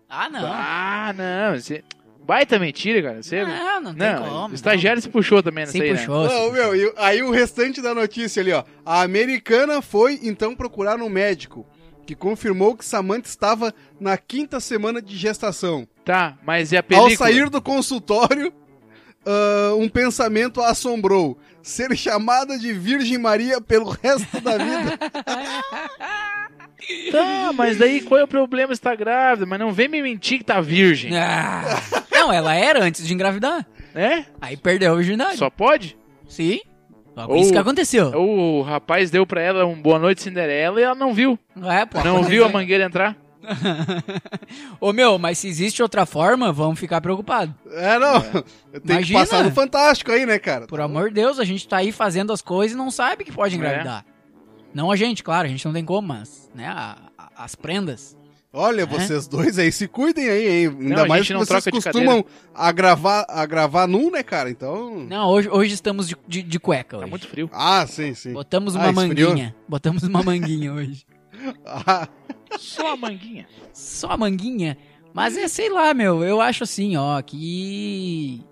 Speaker 1: Ah, não.
Speaker 2: Ah, não. Você... Baita mentira, cara. Você... Não,
Speaker 1: não, não tem como.
Speaker 2: o estagiário se puxou também
Speaker 1: não.
Speaker 2: nessa
Speaker 1: se
Speaker 2: aí, né?
Speaker 1: puxou. se
Speaker 3: Não,
Speaker 1: puxou.
Speaker 3: meu, e aí o restante da notícia ali, ó. A americana foi então procurar um médico que confirmou que Samantha estava na quinta semana de gestação.
Speaker 2: Tá, mas e a película?
Speaker 3: Ao sair do consultório, ah, um pensamento a assombrou: ser chamada de Virgem Maria pelo resto da vida.
Speaker 2: Tá, mas daí qual é o problema se tá grávida? Mas não vem me mentir que tá virgem,
Speaker 3: Né?
Speaker 1: Ah, não, ela era antes de engravidar.
Speaker 2: né?
Speaker 1: Aí perdeu a virgindade.
Speaker 2: Só pode?
Speaker 1: Sim. Só
Speaker 2: Ou-
Speaker 1: isso que aconteceu.
Speaker 2: O rapaz deu pra ela um boa noite Cinderela e ela não viu.
Speaker 1: É, pô,
Speaker 2: Não
Speaker 1: aconteceu.
Speaker 2: viu a mangueira entrar.
Speaker 1: [LAUGHS]
Speaker 2: Tá
Speaker 1: Ô, meu, mas se existe outra forma, vamos ficar preocupados.
Speaker 3: É, não. Tem que
Speaker 1: Imagina.
Speaker 3: passar no Fantástico aí, né, cara?
Speaker 1: Por amor de Deus, a gente tá aí fazendo as coisas e não sabe que
Speaker 2: É.
Speaker 1: pode engravidar. Não a gente, claro, a gente não tem como, mas, né, a- a- as prendas.
Speaker 3: Olha,
Speaker 1: É.
Speaker 3: vocês dois aí, se cuidem aí, hein? Ainda
Speaker 2: a gente
Speaker 3: mais que
Speaker 2: não
Speaker 3: vocês
Speaker 2: troca de
Speaker 3: costumam a gravar, a gravar nu, né, cara? Então.
Speaker 1: Não, hoje, hoje estamos de, de, de cueca
Speaker 2: Hum. Tá
Speaker 1: hoje.
Speaker 2: muito frio.
Speaker 3: Ah, sim, sim.
Speaker 1: Botamos
Speaker 3: Ah,
Speaker 1: uma
Speaker 3: esfriou?
Speaker 1: manguinha. Botamos uma manguinha hoje.
Speaker 3: Ah,
Speaker 2: Só a manguinha.
Speaker 1: Só a manguinha. Mas é, sei lá, meu, eu acho assim, ó, que.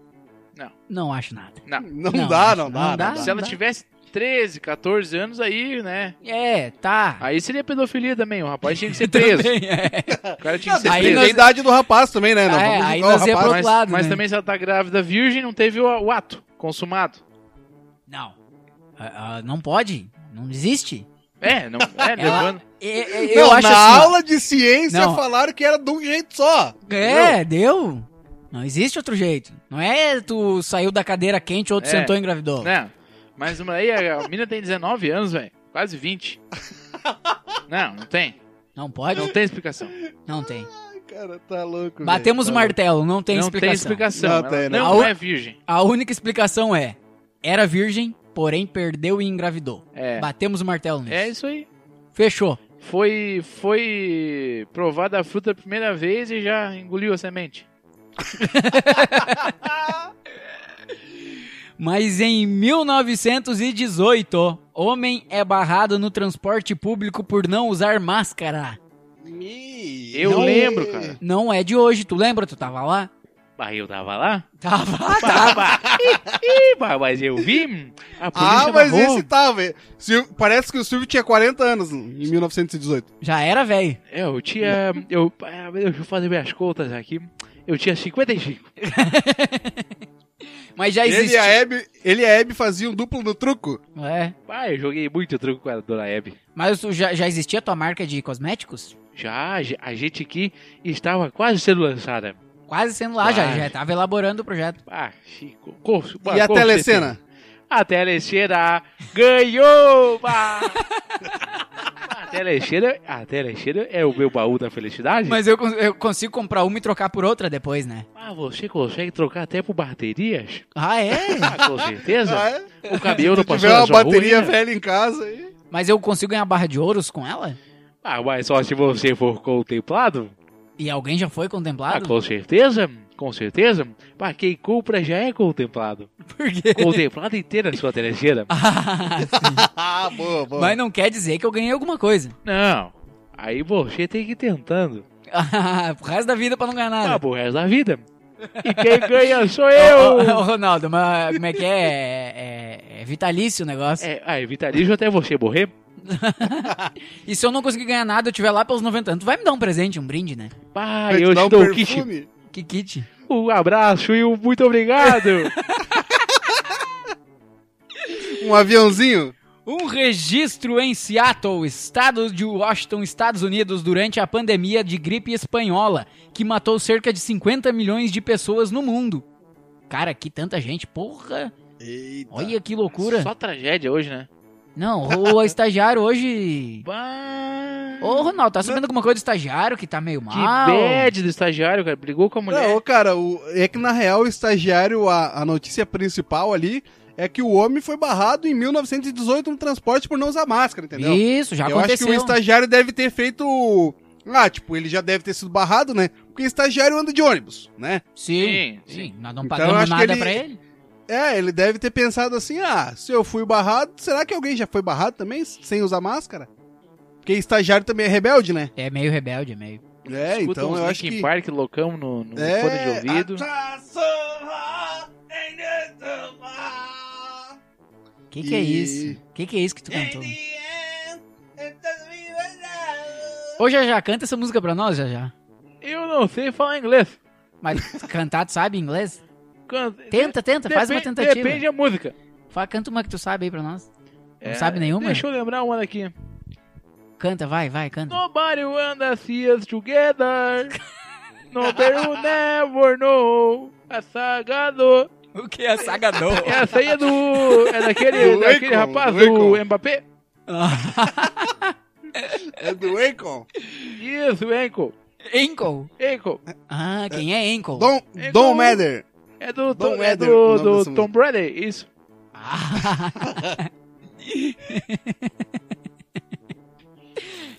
Speaker 2: Não.
Speaker 1: Não acho nada.
Speaker 2: Não.
Speaker 3: [LAUGHS] Não,
Speaker 1: Não,
Speaker 3: dá,
Speaker 1: acho-
Speaker 3: não dá,
Speaker 1: não [LAUGHS]
Speaker 3: não
Speaker 1: dá.
Speaker 3: dá.
Speaker 2: Se é ela
Speaker 1: dá.
Speaker 2: tivesse 13, 14 anos, aí, né?
Speaker 1: É, tá. [LAUGHS]
Speaker 2: Aí seria pedofilia também. O rapaz tinha que
Speaker 3: [LAUGHS]
Speaker 2: ser preso.
Speaker 1: Também, é.
Speaker 2: O cara tinha que ser
Speaker 1: Aí
Speaker 2: preso.
Speaker 3: Depende
Speaker 1: nós-
Speaker 3: da idade do rapaz também, né? Não,
Speaker 1: Ah, é,
Speaker 3: vamos
Speaker 1: aí
Speaker 3: julgar o
Speaker 1: nós ia
Speaker 3: rapaz.
Speaker 1: pro
Speaker 2: Mas,
Speaker 1: outro lado,
Speaker 2: mas
Speaker 1: né?
Speaker 2: também se ela tá grávida virgem, não teve o, o ato consumado.
Speaker 1: Não. Ah, ah, não pode. Não existe.
Speaker 2: É, não. É,
Speaker 1: [LAUGHS] Ela-
Speaker 2: levando.
Speaker 1: É, é,
Speaker 3: Não,
Speaker 1: eu acho
Speaker 3: na
Speaker 1: assim, ó,
Speaker 3: aula de ciência
Speaker 1: Não.
Speaker 3: falaram que era de um jeito só.
Speaker 1: É, deu. Não existe outro jeito. Não é tu saiu da cadeira quente, outro
Speaker 2: É.
Speaker 1: sentou e engravidou.
Speaker 2: Né? Mas uma- aí a, a mina tem 19 anos, velho. Quase 20. Não, não tem.
Speaker 1: Não pode?
Speaker 2: Não tem explicação.
Speaker 1: Não tem.
Speaker 3: Ai, cara, tá louco.
Speaker 1: Batemos o
Speaker 3: velho, tá
Speaker 1: martelo, não tem
Speaker 2: não
Speaker 1: explicação.
Speaker 2: tem explicação.
Speaker 3: Não
Speaker 2: Ela
Speaker 3: tem, né?
Speaker 2: não,
Speaker 3: não.
Speaker 1: A u-
Speaker 2: é virgem.
Speaker 1: A única explicação é: era virgem, porém perdeu e engravidou.
Speaker 2: É.
Speaker 1: Batemos o martelo nisso.
Speaker 2: É isso aí.
Speaker 1: Fechou.
Speaker 2: Foi, foi provada a fruta a primeira vez e já engoliu a semente.
Speaker 1: Mas em 1918, homem é barrado no transporte público por não usar máscara.
Speaker 3: louco. Me-
Speaker 2: Eu
Speaker 3: Não-
Speaker 2: lembro, cara.
Speaker 1: Não é de hoje, tu lembra? Tu tava lá? [LAUGHS]
Speaker 2: Bah, eu tava lá?
Speaker 1: Tava.
Speaker 2: Bah, bah. Ih, ih, bah, mas eu vi. A polícia
Speaker 3: Ah, mas
Speaker 2: amarrou.
Speaker 3: esse tava. Sil- Parece que o Silvio tinha 40 anos em 1918.
Speaker 1: Já era, velho.
Speaker 2: É, eu tinha. Eu, ah, deixa eu fazer minhas contas aqui. Eu tinha 55.
Speaker 1: Mas já
Speaker 3: Ele é. e,
Speaker 1: existia.
Speaker 3: a Hebe, ele e a Hebe faziam duplo no truco.
Speaker 1: É.
Speaker 2: Ah, eu joguei muito truco com a dona Hebe.
Speaker 1: Mas tu já, já existia tua marca de cosméticos?
Speaker 2: Já, a gente aqui estava quase sendo lançada.
Speaker 1: Quase sendo lá, já,
Speaker 2: Quase.
Speaker 1: já tava elaborando o projeto.
Speaker 2: Ah, Chico. Corso,
Speaker 3: e a telecena?
Speaker 2: A Telecena ganhou!
Speaker 3: [LAUGHS]
Speaker 2: bah! a, telecena, a Telecena é o meu baú da felicidade?
Speaker 1: Mas eu, con- eu consigo comprar uma e trocar por outra depois, né?
Speaker 2: Ah, você consegue trocar até por baterias?
Speaker 1: Ah,
Speaker 2: [LAUGHS]
Speaker 1: é?
Speaker 2: Ah, com certeza.
Speaker 3: Ah, é?
Speaker 2: o cabelo
Speaker 3: Se
Speaker 2: não
Speaker 3: tu
Speaker 2: passou
Speaker 3: tiver uma
Speaker 2: na sua
Speaker 3: bateria
Speaker 2: unha?
Speaker 3: velha em casa aí. [LAUGHS]
Speaker 1: Mas eu consigo ganhar barra de ouros com ela?
Speaker 2: Ah, mas só se você for contemplado?
Speaker 1: E alguém já foi
Speaker 2: Ah,
Speaker 1: contemplado?
Speaker 2: com certeza, com certeza. Pra quem compra já é contemplado.
Speaker 1: Por quê? [LAUGHS]
Speaker 2: Contemplado inteira a sua telecena.
Speaker 1: Ah, sim.
Speaker 3: Ah, boa, boa.
Speaker 1: Mas não quer dizer que eu ganhei alguma coisa.
Speaker 2: Não. Aí você tem que ir tentando.
Speaker 1: Ah, [LAUGHS] pro resto da vida pra não ganhar
Speaker 2: Ah,
Speaker 1: nada.
Speaker 2: pro resto da vida. E quem ganha sou
Speaker 1: Ô, ô, ô,
Speaker 2: eu!
Speaker 1: Ronaldo, mas como é que é? É, é- é vitalício o negócio.
Speaker 2: É, ah, é vitalismo até você morrer.
Speaker 1: E se eu não conseguir ganhar nada, eu tiver lá pelos 90 anos, tu vai me dar um presente, um brinde, né?
Speaker 2: Pá,
Speaker 3: Vai te
Speaker 2: eu
Speaker 3: dar
Speaker 2: te
Speaker 3: um
Speaker 2: dou o kit.
Speaker 3: perfume?
Speaker 1: Que kit.
Speaker 2: Um abraço e um muito obrigado.
Speaker 3: [LAUGHS] Um aviãozinho?
Speaker 1: Um registro em Seattle, estado de Washington, Estados Unidos, durante a pandemia de gripe espanhola, que matou cerca de 50 milhões de pessoas no mundo. Cara, que tanta gente, porra!
Speaker 3: Eita.
Speaker 1: Olha que loucura!
Speaker 2: Só tragédia hoje, né?
Speaker 1: Não, o estagiário hoje.
Speaker 2: Bah.
Speaker 1: Ô, Ronaldo, tá sabendo alguma coisa do estagiário que tá meio
Speaker 2: que
Speaker 1: mal?
Speaker 2: bad do estagiário, cara. Brigou com a mulher.
Speaker 3: Não, ô, cara, o- é que na real o estagiário, a, a notícia principal ali é que o homem foi barrado em 1918 no transporte por não usar máscara, entendeu?
Speaker 1: Isso, já
Speaker 3: Eu acho que
Speaker 1: aconteceu.
Speaker 3: o estagiário deve ter feito. Ah, tipo, ele já deve ter sido barrado, né? Porque estagiário anda de ônibus, né?
Speaker 1: Sim,
Speaker 2: Sim,
Speaker 1: sim,
Speaker 2: sim.
Speaker 1: Nós não
Speaker 3: Então,
Speaker 1: pagamos
Speaker 3: acho que
Speaker 1: nada
Speaker 3: ele-
Speaker 1: pra ele.
Speaker 3: É, ele deve ter pensado assim: ah, se eu fui barrado, será que alguém já foi barrado também sem usar máscara? Porque estagiário também é rebelde, né?
Speaker 1: É meio rebelde, é meio.
Speaker 3: É,
Speaker 2: Escuta
Speaker 3: então
Speaker 2: uns
Speaker 3: eu acho
Speaker 2: Linkin
Speaker 3: que.
Speaker 2: Park loucão no, no
Speaker 3: É,
Speaker 2: Um fone de ouvido.
Speaker 3: I tried so hard and it's so hard.
Speaker 1: Que que é
Speaker 3: E-
Speaker 1: isso? Que que é isso que tu cantou?
Speaker 3: In the end, it doesn't mean that I-
Speaker 1: Ô, já já, canta essa música pra nós, já já.
Speaker 3: ah.
Speaker 2: Eu não sei falar inglês.
Speaker 1: Mas cantar, tu sabe inglês?
Speaker 2: Can-
Speaker 1: Tenta, tenta, faz uma
Speaker 2: Depende-
Speaker 1: tentativa.
Speaker 2: Depende da música.
Speaker 1: Fala, canta uma que tu sabe aí pra nós. Não
Speaker 2: É,
Speaker 1: sabe nenhuma?
Speaker 2: Deixa eu lembrar uma daqui.
Speaker 1: Canta, vai, vai, canta.
Speaker 2: Nobody wanna see us
Speaker 3: [LAUGHS]
Speaker 2: together. Nobody will never know. A saga do...
Speaker 1: O que é [LAUGHS] sagador?
Speaker 2: Essa aí é do... É daquele,
Speaker 3: Do
Speaker 2: daquele
Speaker 3: Akon,
Speaker 2: rapaz,
Speaker 3: do
Speaker 2: do
Speaker 3: Akon.
Speaker 2: Mbappé.
Speaker 3: É do [LAUGHS] Akon.
Speaker 2: Isso, Enco.
Speaker 1: Ankle.
Speaker 2: Enco.
Speaker 1: Ah, quem é Ankle?
Speaker 3: Don't,
Speaker 2: É
Speaker 3: don't
Speaker 2: com-
Speaker 3: matter.
Speaker 2: É do,
Speaker 3: Dom
Speaker 2: Tom- é
Speaker 3: Eder, o
Speaker 2: do,
Speaker 3: nome
Speaker 2: do
Speaker 3: dessa
Speaker 2: Tom Brady. Isso.
Speaker 1: Ah. [LAUGHS]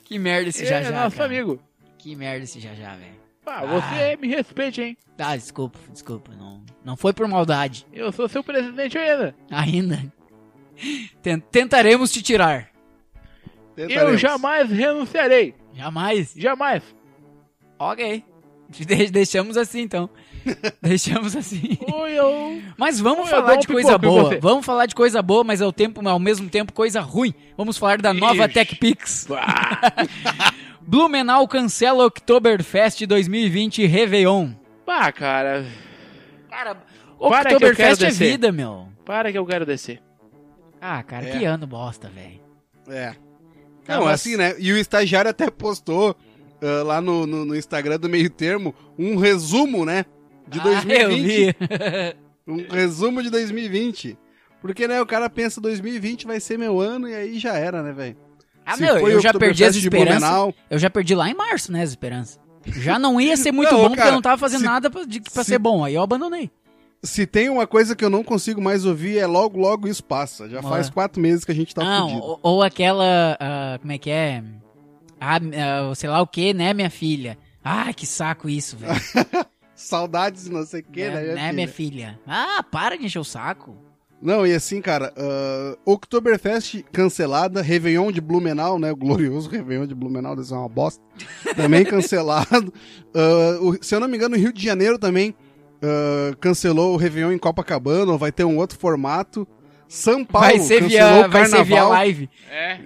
Speaker 1: que merda esse
Speaker 2: É
Speaker 1: já já.
Speaker 2: nosso
Speaker 1: cara.
Speaker 2: amigo.
Speaker 1: Que merda esse já já, velho.
Speaker 2: Ah, você me respeite, hein?
Speaker 1: Ah, desculpa, desculpa. Não, não foi por maldade. [LAUGHS]
Speaker 2: Eu sou seu presidente ainda.
Speaker 1: Ainda. Ten- Tentaremos te tirar.
Speaker 2: Eu
Speaker 3: Tentaremos.
Speaker 2: jamais renunciarei.
Speaker 1: Jamais.
Speaker 2: Jamais.
Speaker 1: [LAUGHS]
Speaker 2: [LAUGHS]
Speaker 1: Ok. De- Deixamos assim então. Deixamos assim.
Speaker 2: Oi, eu...
Speaker 1: Mas vamos
Speaker 2: Eu
Speaker 1: falar
Speaker 2: dou um
Speaker 1: de coisa
Speaker 2: pipoco em
Speaker 1: boa.
Speaker 2: você.
Speaker 1: Vamos falar de coisa boa, mas ao, tempo, ao mesmo tempo coisa ruim. Vamos falar da nova
Speaker 2: Ixi.
Speaker 1: TechPix.
Speaker 2: Ah,
Speaker 1: Blumenau cancela Oktoberfest 2020 Réveillon.
Speaker 2: pá, cara.
Speaker 1: Cara,
Speaker 2: Para que eu quero
Speaker 1: Oktoberfest é
Speaker 2: descer.
Speaker 1: vida, meu.
Speaker 2: Para que eu quero descer.
Speaker 1: Ah, cara,
Speaker 3: É.
Speaker 1: que ano bosta, velho.
Speaker 3: É.
Speaker 1: Tá,
Speaker 3: Não,
Speaker 1: mas-
Speaker 3: assim, né? E o estagiário até postou ah, lá no, no, no Instagram do meio termo um resumo, né?
Speaker 1: [LAUGHS]
Speaker 3: De
Speaker 1: Ah,
Speaker 3: 2020.
Speaker 1: eu vi.
Speaker 3: um resumo de 2020. Porque, né, o cara pensa 2020 vai ser meu ano e aí já era, né, velho?
Speaker 1: Ah,
Speaker 3: Se
Speaker 1: meu,
Speaker 3: foi
Speaker 1: eu
Speaker 3: o
Speaker 1: já perdi as
Speaker 3: Oktoberfest de
Speaker 1: esperanças.
Speaker 3: Blumenau,
Speaker 1: Eu já perdi lá em março, né, as esperanças. Já não ia
Speaker 3: [LAUGHS]
Speaker 1: ser muito
Speaker 3: Não,
Speaker 1: bom, porque
Speaker 3: cara,
Speaker 1: eu não tava fazendo
Speaker 3: se-
Speaker 1: nada pra, de, pra
Speaker 3: se-
Speaker 1: ser bom. Aí eu abandonei.
Speaker 3: Se tem uma coisa que eu não consigo mais ouvir é logo, logo isso passa. Já
Speaker 1: Olha.
Speaker 3: faz quatro meses que a gente tá
Speaker 1: não,
Speaker 3: fudido.
Speaker 1: ou, ou aquela. ah, como é que é? Ah, ah, sei lá o que, né, minha filha? Ah, que saco isso, velho.
Speaker 3: Saudades e não sei [LAUGHS] o que,
Speaker 1: né,
Speaker 3: né? minha
Speaker 1: né,
Speaker 3: filha?
Speaker 1: minha filha? Ah, para de encher o saco.
Speaker 3: Não, e assim, cara, ah, Oktoberfest cancelada, Réveillon de Blumenau, né? O glorioso [LAUGHS] Réveillon de Blumenau, deve ser uma bosta. Também cancelado. [LAUGHS] Ah, o- se eu não me engano, o Rio de Janeiro também ah, cancelou o Réveillon em Copacabana, ou vai ter um outro formato. São Paulo
Speaker 1: vai ser
Speaker 3: cancelou
Speaker 1: via,
Speaker 3: o
Speaker 1: vai ser via
Speaker 3: carnaval.
Speaker 1: live.
Speaker 2: É.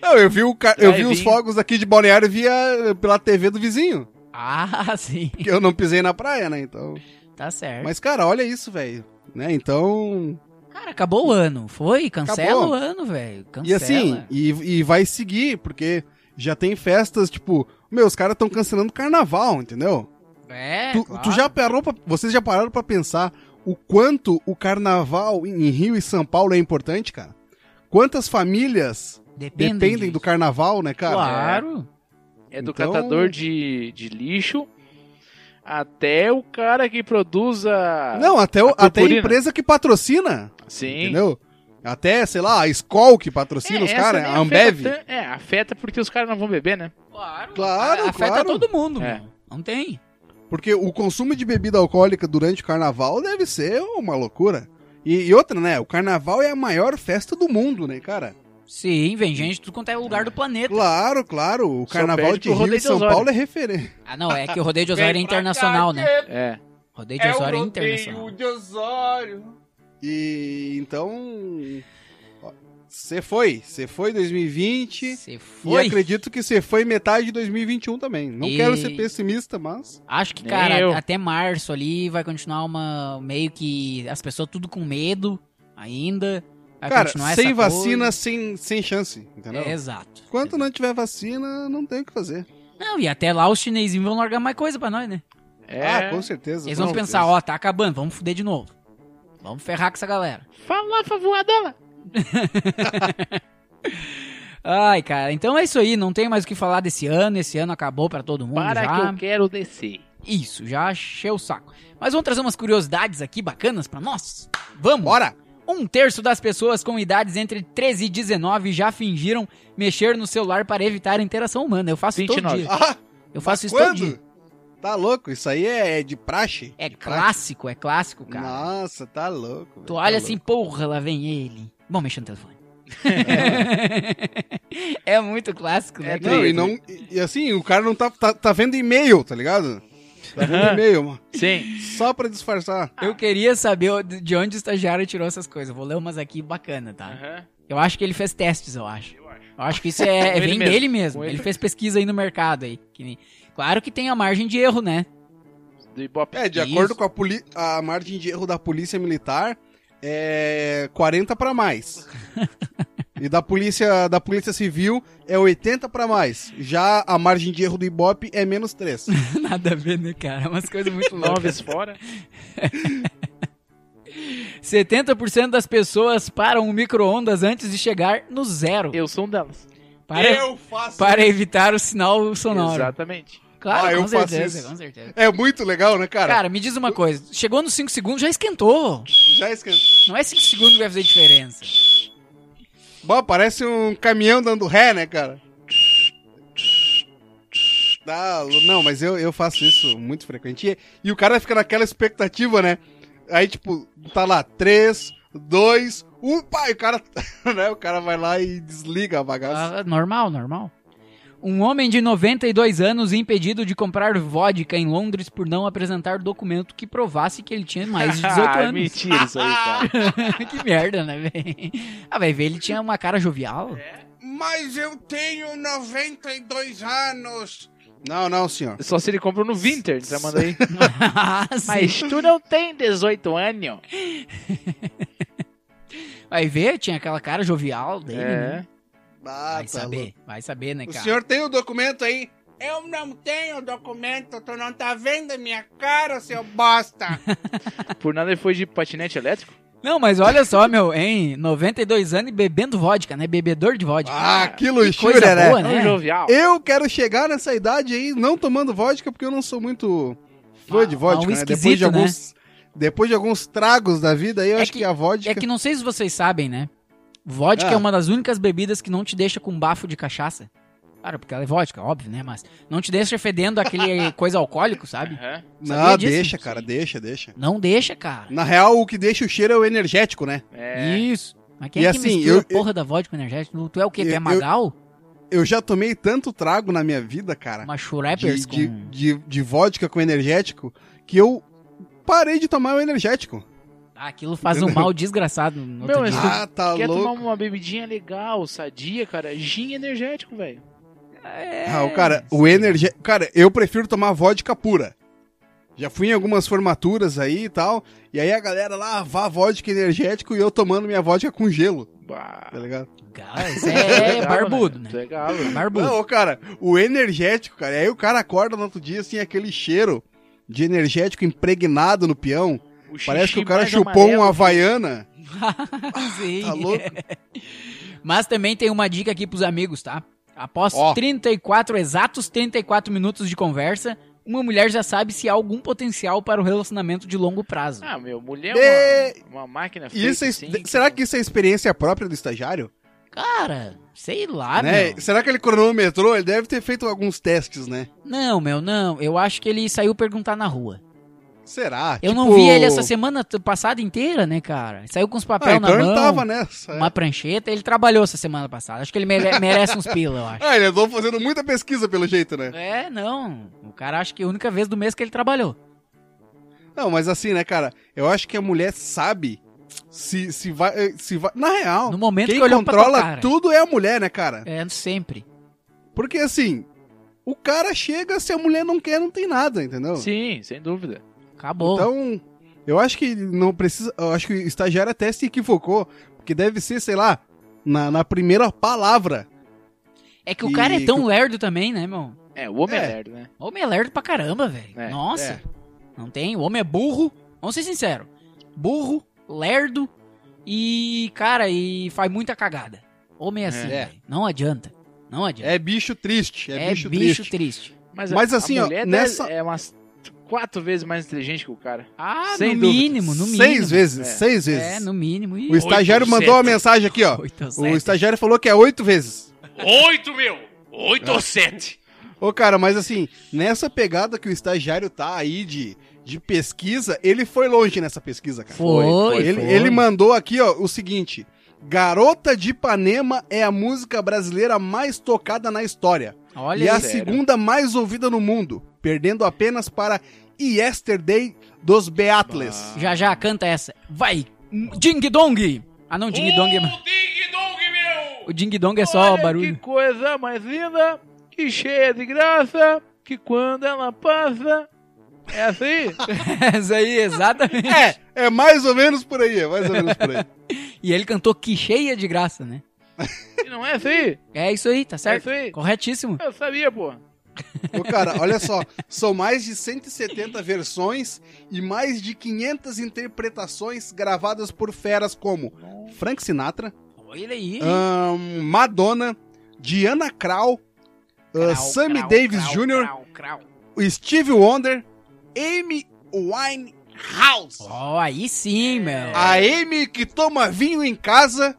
Speaker 3: Não, eu vi, o car- eu
Speaker 2: Vai
Speaker 3: vi os
Speaker 2: vir.
Speaker 3: fogos aqui de Balneário via pela TV do vizinho,
Speaker 1: Ah, [LAUGHS] sim.
Speaker 3: que [LAUGHS] eu não pisei na praia, né? Então.
Speaker 1: Tá certo.
Speaker 3: Mas, cara, olha isso, velho. Né? Então,
Speaker 1: Cara, acabou o ano. Foi? Cancela
Speaker 3: Acabou.
Speaker 1: o ano, velho. Cancela.
Speaker 3: E assim, e, e vai seguir, porque já tem festas, tipo, meu, os caras estão cancelando carnaval, entendeu?
Speaker 1: É,
Speaker 3: tu,
Speaker 1: claro.
Speaker 3: tu já parou pra, vocês já pararam pra pensar o quanto o carnaval em em Rio e São Paulo é importante, cara? Quantas famílias
Speaker 1: Dependem,
Speaker 3: dependem
Speaker 1: disso.
Speaker 3: do carnaval, né, cara?
Speaker 1: Claro.
Speaker 2: É do
Speaker 3: Então-
Speaker 2: catador de, de lixo até o cara que produz a.
Speaker 3: Não, até, o-
Speaker 2: A
Speaker 3: até a
Speaker 2: purpurina.
Speaker 3: empresa que patrocina,
Speaker 2: É. Sim.
Speaker 3: entendeu? Até, sei lá, a Skol que patrocina os
Speaker 2: É, essa
Speaker 3: caras,
Speaker 2: nem
Speaker 3: a Ambev.
Speaker 2: Afeta, tan- é, afeta porque os caras não vão beber, né?
Speaker 1: Claro.
Speaker 3: Claro,
Speaker 1: A- Afeta
Speaker 3: claro.
Speaker 1: todo mundo,
Speaker 2: É.
Speaker 1: meu. Não tem.
Speaker 3: Porque o consumo de bebida alcoólica durante o carnaval deve ser uma loucura. E, e outra, né? O carnaval é a maior festa do mundo, né, cara?
Speaker 1: Sim, vem gente de tudo quanto é lugar do planeta.
Speaker 3: Claro, claro. O
Speaker 2: Só
Speaker 3: carnaval
Speaker 2: perde
Speaker 3: de
Speaker 2: pro
Speaker 3: Rio
Speaker 2: rodeio
Speaker 3: e
Speaker 2: de
Speaker 3: São
Speaker 2: Osório.
Speaker 3: Paulo é referência.
Speaker 1: Ah, não, é que o rodeio de Osório é internacional, né?
Speaker 2: É.
Speaker 1: Rodeio de Osório é internacional.
Speaker 3: E então. Você foi. Você foi 2020.
Speaker 1: Você
Speaker 3: E
Speaker 1: foi?
Speaker 3: acredito que você foi metade de 2021 também. Não
Speaker 1: E-
Speaker 3: quero ser pessimista, mas.
Speaker 1: Acho que,
Speaker 2: Nem
Speaker 1: cara,
Speaker 2: eu.
Speaker 1: até março ali vai continuar uma. Meio que. As pessoas tudo com medo ainda. Vai
Speaker 3: cara,
Speaker 1: continuar
Speaker 3: sem
Speaker 1: essa É.
Speaker 3: vacina, né? sem, sem chance, entendeu?
Speaker 1: coisa. Exato.
Speaker 3: Enquanto
Speaker 1: Exato.
Speaker 3: não tiver vacina, não tem o que fazer.
Speaker 1: Não, e até lá os chinesinhos vão largar mais coisa pra nós, né?
Speaker 2: é.
Speaker 3: Ah, com certeza.
Speaker 1: Eles
Speaker 3: com
Speaker 1: vão pensar,
Speaker 3: certeza.
Speaker 1: ó, tá acabando, vamos fuder de novo. Vamos ferrar com essa galera.
Speaker 2: Fala, voadora!
Speaker 1: Ai, cara, então é isso aí, não tem mais o que falar desse ano, esse ano acabou pra todo mundo
Speaker 2: Para
Speaker 1: já.
Speaker 2: que eu quero descer.
Speaker 1: Isso, já achei o saco. Mas vamos trazer umas curiosidades aqui bacanas pra nós? Vamos!
Speaker 3: Bora!
Speaker 1: Um terço das pessoas com idades entre 13 e 19 já fingiram mexer no celular para evitar a interação humana. Eu faço todo
Speaker 2: 29.
Speaker 1: dia.
Speaker 3: Ah,
Speaker 1: Eu faço isso todo
Speaker 3: quando?
Speaker 1: dia.
Speaker 3: Tá louco? Isso aí é de praxe?
Speaker 1: É
Speaker 3: De praxe?
Speaker 1: clássico, é clássico, cara.
Speaker 3: Nossa, tá louco. velho,
Speaker 1: Tu
Speaker 3: tá
Speaker 1: olha
Speaker 3: louco.
Speaker 1: assim, porra, lá vem ele. Bom, mexer no
Speaker 2: [LAUGHS]
Speaker 1: telefone. [LAUGHS] é muito clássico, né?
Speaker 2: É,
Speaker 1: cara?
Speaker 3: Não, e, não, e- e assim, o cara não tá, tá, tá vendo e-mail, tá ligado? Tá vendo
Speaker 2: Aham.
Speaker 3: e-mail, mano.
Speaker 2: Sim.
Speaker 3: Só pra disfarçar.
Speaker 1: Eu queria saber o- de onde o estagiário tirou essas coisas. Vou ler umas aqui bacana, tá?
Speaker 2: Aham.
Speaker 1: Eu acho que ele fez testes, eu acho. Eu acho que isso é,
Speaker 2: Com ele
Speaker 1: vem
Speaker 2: mesmo,
Speaker 1: dele mesmo.
Speaker 2: com
Speaker 1: Ele.
Speaker 2: ele.
Speaker 1: fez pesquisa aí no mercado aí. que nem- Claro que tem a margem de erro, né? [LAUGHS]
Speaker 2: Do Ibope.
Speaker 3: É, de
Speaker 1: Isso.
Speaker 3: acordo com a, poli- a margem de erro da polícia militar, é 40
Speaker 1: [LAUGHS]
Speaker 3: pra mais. e da polícia, da polícia civil é 80 pra mais. Já a margem de erro do Ibope é menos 3.
Speaker 1: Nada a ver, né, cara? Umas coisas muito loucas.
Speaker 2: Noves fora.
Speaker 1: 70% das pessoas param o micro-ondas antes de chegar no zero.
Speaker 2: Eu sou um delas.
Speaker 1: Para,
Speaker 3: faço
Speaker 1: para evitar o sinal sonoro.
Speaker 2: Exatamente.
Speaker 1: Claro,
Speaker 3: Ah,
Speaker 1: com
Speaker 3: eu faço
Speaker 1: certeza,
Speaker 3: isso.
Speaker 1: com certeza.
Speaker 3: É muito legal, né, cara?
Speaker 1: Cara, me diz uma coisa. Chegou nos 5 segundos, já esquentou.
Speaker 3: Já esqueci.
Speaker 1: Não é 5 segundos que vai fazer diferença.
Speaker 3: Bom, parece um caminhão dando ré, né, cara? Tá, não, mas eu, eu faço isso muito frequente. E, e o cara fica naquela expectativa, né? Aí, tipo, tá lá, um, 3, 2, [LAUGHS] 1, pá, e o cara, né, o cara vai lá e desliga a bagaça.
Speaker 1: Ah, normal, normal. Um homem de 92 anos impedido de comprar vodka em Londres por não apresentar documento que provasse que ele tinha mais de 18
Speaker 2: [LAUGHS] Ah,
Speaker 1: anos.
Speaker 2: Mentira isso aí, cara.
Speaker 1: [LAUGHS]
Speaker 3: [LAUGHS]
Speaker 1: que merda, né, velho? Ah, vai ver, ele tinha uma cara jovial.
Speaker 2: É.
Speaker 1: [LAUGHS]
Speaker 4: Mas eu tenho 92 anos.
Speaker 3: Não, não, senhor.
Speaker 2: Só se ele comprou no Winter, já manda aí.
Speaker 1: Mas,
Speaker 2: Mas tu não tem 18 anos.
Speaker 1: vai ver, tinha aquela cara jovial dele, né?
Speaker 2: É.
Speaker 3: Ah,
Speaker 1: Vai saber, vai saber, né,
Speaker 3: louco. O
Speaker 1: cara?
Speaker 3: senhor tem o documento aí?
Speaker 4: Eu não tenho documento, tu não tá vendo a minha cara, seu bosta.
Speaker 2: É. Por nada ele foi de patinete elétrico.
Speaker 1: Não, mas olha só, meu, hein? 92 anos e bebendo vodka, né? Bebedor de vodka.
Speaker 3: Ah, que
Speaker 1: coisa
Speaker 3: luxúria, né?
Speaker 1: boa,
Speaker 2: Tão
Speaker 1: né?
Speaker 2: É um jovial.
Speaker 3: Eu quero chegar nessa idade aí não tomando vodka, porque eu não sou muito fã
Speaker 1: Ah,
Speaker 3: de vodka,
Speaker 1: ah, um
Speaker 3: né? Depois
Speaker 1: esquisito,
Speaker 3: de alguns... Depois de alguns tragos da vida aí, eu
Speaker 1: É
Speaker 3: acho que,
Speaker 1: que-
Speaker 3: a vodka...
Speaker 1: É que não sei se vocês sabem, né? Vodka
Speaker 3: Ah.
Speaker 1: é uma das únicas bebidas que não te deixa com bafo de cachaça. Claro, porque ela é vodka, óbvio, né? Mas não te deixa fedendo
Speaker 3: [LAUGHS]
Speaker 1: aquele coisa alcoólico, sabe?
Speaker 2: Aham.
Speaker 3: Não,
Speaker 1: sabia disso?
Speaker 3: deixa, cara, deixa, deixa.
Speaker 1: Não deixa, cara.
Speaker 3: Na real, o que deixa o cheiro é o energético, né?
Speaker 2: É.
Speaker 1: Isso. Mas quem
Speaker 3: E
Speaker 1: é que
Speaker 3: assim,
Speaker 1: mistura
Speaker 3: eu-
Speaker 1: a porra da vodka com energético? Tu é o quê? Tu
Speaker 3: Eu-
Speaker 1: é
Speaker 3: eu-
Speaker 1: Magal?
Speaker 3: Eu já tomei tanto trago na minha vida, cara.
Speaker 1: Uma
Speaker 3: de,
Speaker 1: Shreppers com...
Speaker 3: de, de, de vodka com energético que eu parei de tomar o energético.
Speaker 1: Ah, aquilo faz um mal desgraçado no outro
Speaker 2: Meu, mas
Speaker 1: dia.
Speaker 2: tu-
Speaker 3: Ah, tá
Speaker 2: Quer
Speaker 1: um
Speaker 2: tomar
Speaker 3: louco.
Speaker 2: uma bebidinha legal, sadia, cara? Gin energético, velho.
Speaker 1: É.
Speaker 3: Ah, o cara, o energético. Cara, eu prefiro tomar vodka pura. Já fui em algumas formaturas aí e tal. E aí a galera lá, "Ah, vá vodka energético e eu tomando minha vodka com gelo,
Speaker 2: Bah.
Speaker 3: tá ligado?
Speaker 1: Cara, isso
Speaker 3: [LAUGHS]
Speaker 1: é
Speaker 2: Legal,
Speaker 1: barbudo, né?
Speaker 2: Legal.
Speaker 1: Barbudo.
Speaker 3: Não, cara, o energético, cara. Aí o cara acorda no outro dia assim, aquele cheiro de energético impregnado no peão. Parece que o cara chupou uma havaiana.
Speaker 1: Sim.
Speaker 3: Tá louco?
Speaker 1: [LAUGHS] Mas também tem uma dica aqui pros amigos, tá? Após
Speaker 3: Ó.
Speaker 1: 34, exatos 34 minutos de conversa, uma mulher já sabe se há algum potencial para o relacionamento de longo prazo.
Speaker 2: Ah, meu, mulher
Speaker 3: É.
Speaker 2: é uma, uma máquina
Speaker 3: E
Speaker 2: feita,
Speaker 3: isso é-
Speaker 2: assim,
Speaker 3: será que isso é experiência própria do estagiário?
Speaker 1: Cara, sei lá,
Speaker 3: Né?
Speaker 1: meu.
Speaker 3: Será que ele cronometrou? Ele deve ter feito alguns testes, né?
Speaker 1: Não, meu, não. Eu acho que ele saiu perguntar na rua.
Speaker 3: Será?
Speaker 1: Eu não
Speaker 3: Tipo-
Speaker 1: vi ele essa semana t- passada inteira, né, cara? Saiu com os
Speaker 3: Ah,
Speaker 1: papéis
Speaker 3: então
Speaker 1: na
Speaker 3: ele
Speaker 1: mão,
Speaker 3: tava nessa. é.
Speaker 1: uma prancheta. Ele trabalhou essa semana passada. Acho que ele mere- [LAUGHS] merece uns pila, eu acho.
Speaker 3: Ah, ele andou fazendo muita pesquisa pelo jeito, né?
Speaker 1: É, não. O cara acha que é a única vez do mês que ele trabalhou.
Speaker 3: Não, mas assim, né, cara? Eu acho que a mulher sabe se, se vai. eh, Se vai... Na real,
Speaker 1: No momento
Speaker 3: quem
Speaker 1: que olhou pra tua
Speaker 3: controla
Speaker 1: cara.
Speaker 3: tudo é a mulher, né, cara?
Speaker 1: É, sempre.
Speaker 3: Porque assim, o cara chega, se a mulher não quer, não tem nada, entendeu?
Speaker 2: Sim, sem dúvida.
Speaker 1: Acabou.
Speaker 3: Então, eu acho que não precisa. Eu acho que o estagiário até se equivocou. Porque deve ser, sei lá, na, na primeira palavra.
Speaker 1: é que o cara é
Speaker 3: e-
Speaker 1: tão lerdo também, né, irmão?
Speaker 2: É, o homem é,
Speaker 3: É.
Speaker 2: lerdo, né?
Speaker 1: O homem é lerdo pra caramba, velho.
Speaker 2: É,
Speaker 1: Nossa.
Speaker 3: é.
Speaker 1: Não tem. O homem é burro. Vamos ser sinceros. Burro, lerdo e, cara, e faz muita cagada. Homem é assim,
Speaker 3: É.
Speaker 1: velho. Não adianta. Não adianta.
Speaker 3: É bicho triste. É, bicho, triste.
Speaker 1: triste.
Speaker 2: Mas,
Speaker 3: Mas
Speaker 2: a,
Speaker 3: assim,
Speaker 2: a
Speaker 3: ó,
Speaker 2: mulher
Speaker 3: nessa-
Speaker 2: é umas quatro vezes mais inteligente que o cara.
Speaker 1: Ah,
Speaker 2: Sem
Speaker 1: no
Speaker 2: dúvida.
Speaker 1: mínimo, no mínimo.
Speaker 3: Seis vezes,
Speaker 2: É.
Speaker 3: seis vezes.
Speaker 1: É, no mínimo. E...
Speaker 3: O estagiário
Speaker 2: Oito,
Speaker 3: mandou uma
Speaker 2: sete.
Speaker 3: mensagem aqui, ó.
Speaker 1: Oito,
Speaker 3: O
Speaker 1: sete.
Speaker 3: estagiário falou que é oito vezes.
Speaker 2: Oito, meu! Oito ou sete!
Speaker 3: Ô, cara, mas assim, nessa pegada que o estagiário tá aí de, de pesquisa, ele foi longe nessa pesquisa, cara.
Speaker 1: Foi,
Speaker 2: Foi,
Speaker 1: foi.
Speaker 3: Ele, ele mandou aqui, ó, o seguinte: Garota de Ipanema é a música brasileira mais tocada na história.
Speaker 1: Olha
Speaker 3: e é a
Speaker 1: isso.
Speaker 2: sério.
Speaker 3: segunda mais ouvida no mundo, perdendo apenas para Yesterday dos Beatles.
Speaker 2: Bah.
Speaker 1: Já já, canta essa. Vai! Ding Dong! Ah não, Ding Dong é.
Speaker 2: ding dong, meu!
Speaker 1: O Ding Dong é só
Speaker 2: Olha
Speaker 1: barulho.
Speaker 2: Que coisa mais linda, que cheia de graça, que quando ela passa. É
Speaker 3: [LAUGHS]
Speaker 2: assim?
Speaker 1: [LAUGHS] Essa aí, exatamente.
Speaker 3: É, é mais ou menos por aí, é mais ou menos por aí.
Speaker 1: E ele cantou que cheia de graça, né?
Speaker 2: E não é assim?
Speaker 1: É isso aí, tá certo?
Speaker 2: É isso aí.
Speaker 1: Corretíssimo.
Speaker 2: Eu sabia, pô.
Speaker 3: Ô, cara, olha só, são mais de 170 versões e mais de 500 interpretações gravadas por feras como Frank Sinatra,
Speaker 1: Olha aí.
Speaker 3: Ah. ahn, Madonna, Diana Krall, ahn, Sammy Davis Jr., Steve Wonder, Amy Winehouse.
Speaker 1: Ó, aí
Speaker 2: É.
Speaker 1: sim, meu.
Speaker 3: A Amy que toma vinho em casa,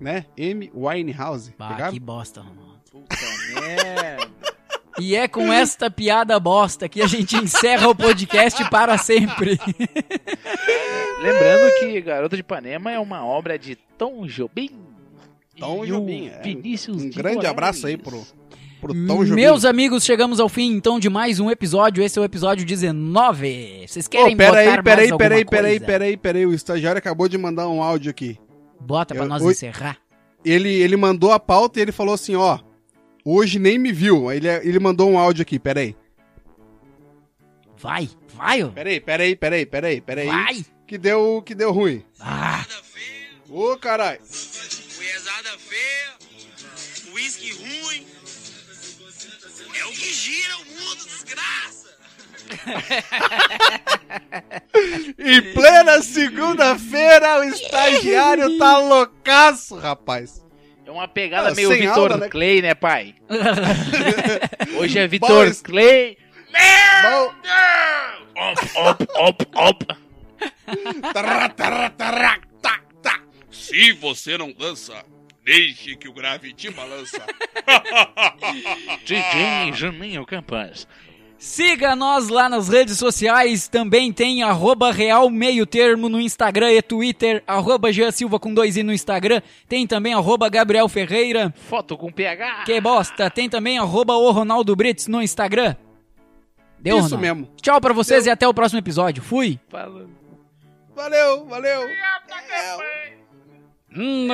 Speaker 3: né? Amy Winehouse,
Speaker 1: Bah,
Speaker 3: pegaram?
Speaker 1: que bosta, Ronaldo.
Speaker 2: Puta merda.
Speaker 1: E é com esta piada bosta que a gente encerra o podcast para
Speaker 3: [LAUGHS]
Speaker 1: sempre.
Speaker 2: Lembrando que Garota de Ipanema é uma obra de Tom Jobim.
Speaker 3: Tom
Speaker 2: E o
Speaker 3: Jobim, é.
Speaker 2: Vinícius
Speaker 3: Um
Speaker 2: de
Speaker 3: grande
Speaker 2: Moraes.
Speaker 3: abraço aí pro pro Tom Jobim.
Speaker 1: Meus amigos, chegamos ao fim então de mais um episódio. Esse é o episódio 19. Vocês querem
Speaker 3: Ô, peraí,
Speaker 1: botar mais
Speaker 3: peraí,
Speaker 1: alguma
Speaker 3: peraí, peraí,
Speaker 1: coisa?
Speaker 3: peraí, peraí. O estagiário acabou de mandar um áudio aqui.
Speaker 1: Bota pra
Speaker 3: Eu-
Speaker 1: nós
Speaker 3: oi.
Speaker 1: encerrar.
Speaker 3: Ele, ele mandou a pauta e ele falou assim, ó. Hoje nem me viu. Ele, ele mandou um áudio aqui, peraí.
Speaker 1: Vai, vai, ó.
Speaker 3: Peraí, peraí, peraí, peraí, peraí.
Speaker 1: vai.
Speaker 3: Que deu, que deu ruim.
Speaker 1: Ah,
Speaker 3: Ô, caralho.
Speaker 5: Mulherzada feia, uísque ruim. É o que gira o mundo, desgraça.
Speaker 3: [LAUGHS] Em plena segunda-feira, o estagiário tá loucaço, rapaz.
Speaker 2: É uma pegada
Speaker 3: Ah,
Speaker 2: meio
Speaker 3: sem
Speaker 2: Vitor
Speaker 3: aula, né?
Speaker 2: Clay, né,
Speaker 3: [LAUGHS]
Speaker 2: pai? Hoje é Vitor
Speaker 3: Boris-
Speaker 2: Clay.
Speaker 3: Bom,
Speaker 4: Ah!
Speaker 2: Op, op, op, op.
Speaker 3: tará, tará, tará, tá, tá.
Speaker 5: Se você não dança, deixe que o grave te balança.
Speaker 2: DJ Juninho Campas.
Speaker 1: siga nós lá nas redes sociais. Também tem arroba Real Meio Termo no Instagram e Twitter. Arroba Jean Silva com dois i no Instagram. Tem também arroba Gabriel Ferreira.
Speaker 2: Foto com PH.
Speaker 1: Que é bosta. Tem também arroba o Ronaldo Brits no Instagram. Deu,
Speaker 3: Isso
Speaker 1: Ronaldo?
Speaker 3: mesmo.
Speaker 1: Tchau pra vocês e até o próximo episódio. Fui.
Speaker 2: Falou.
Speaker 3: Valeu, valeu. É,
Speaker 1: Hum,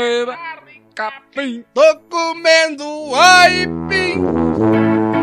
Speaker 1: capim.
Speaker 3: Tô comendo aipim.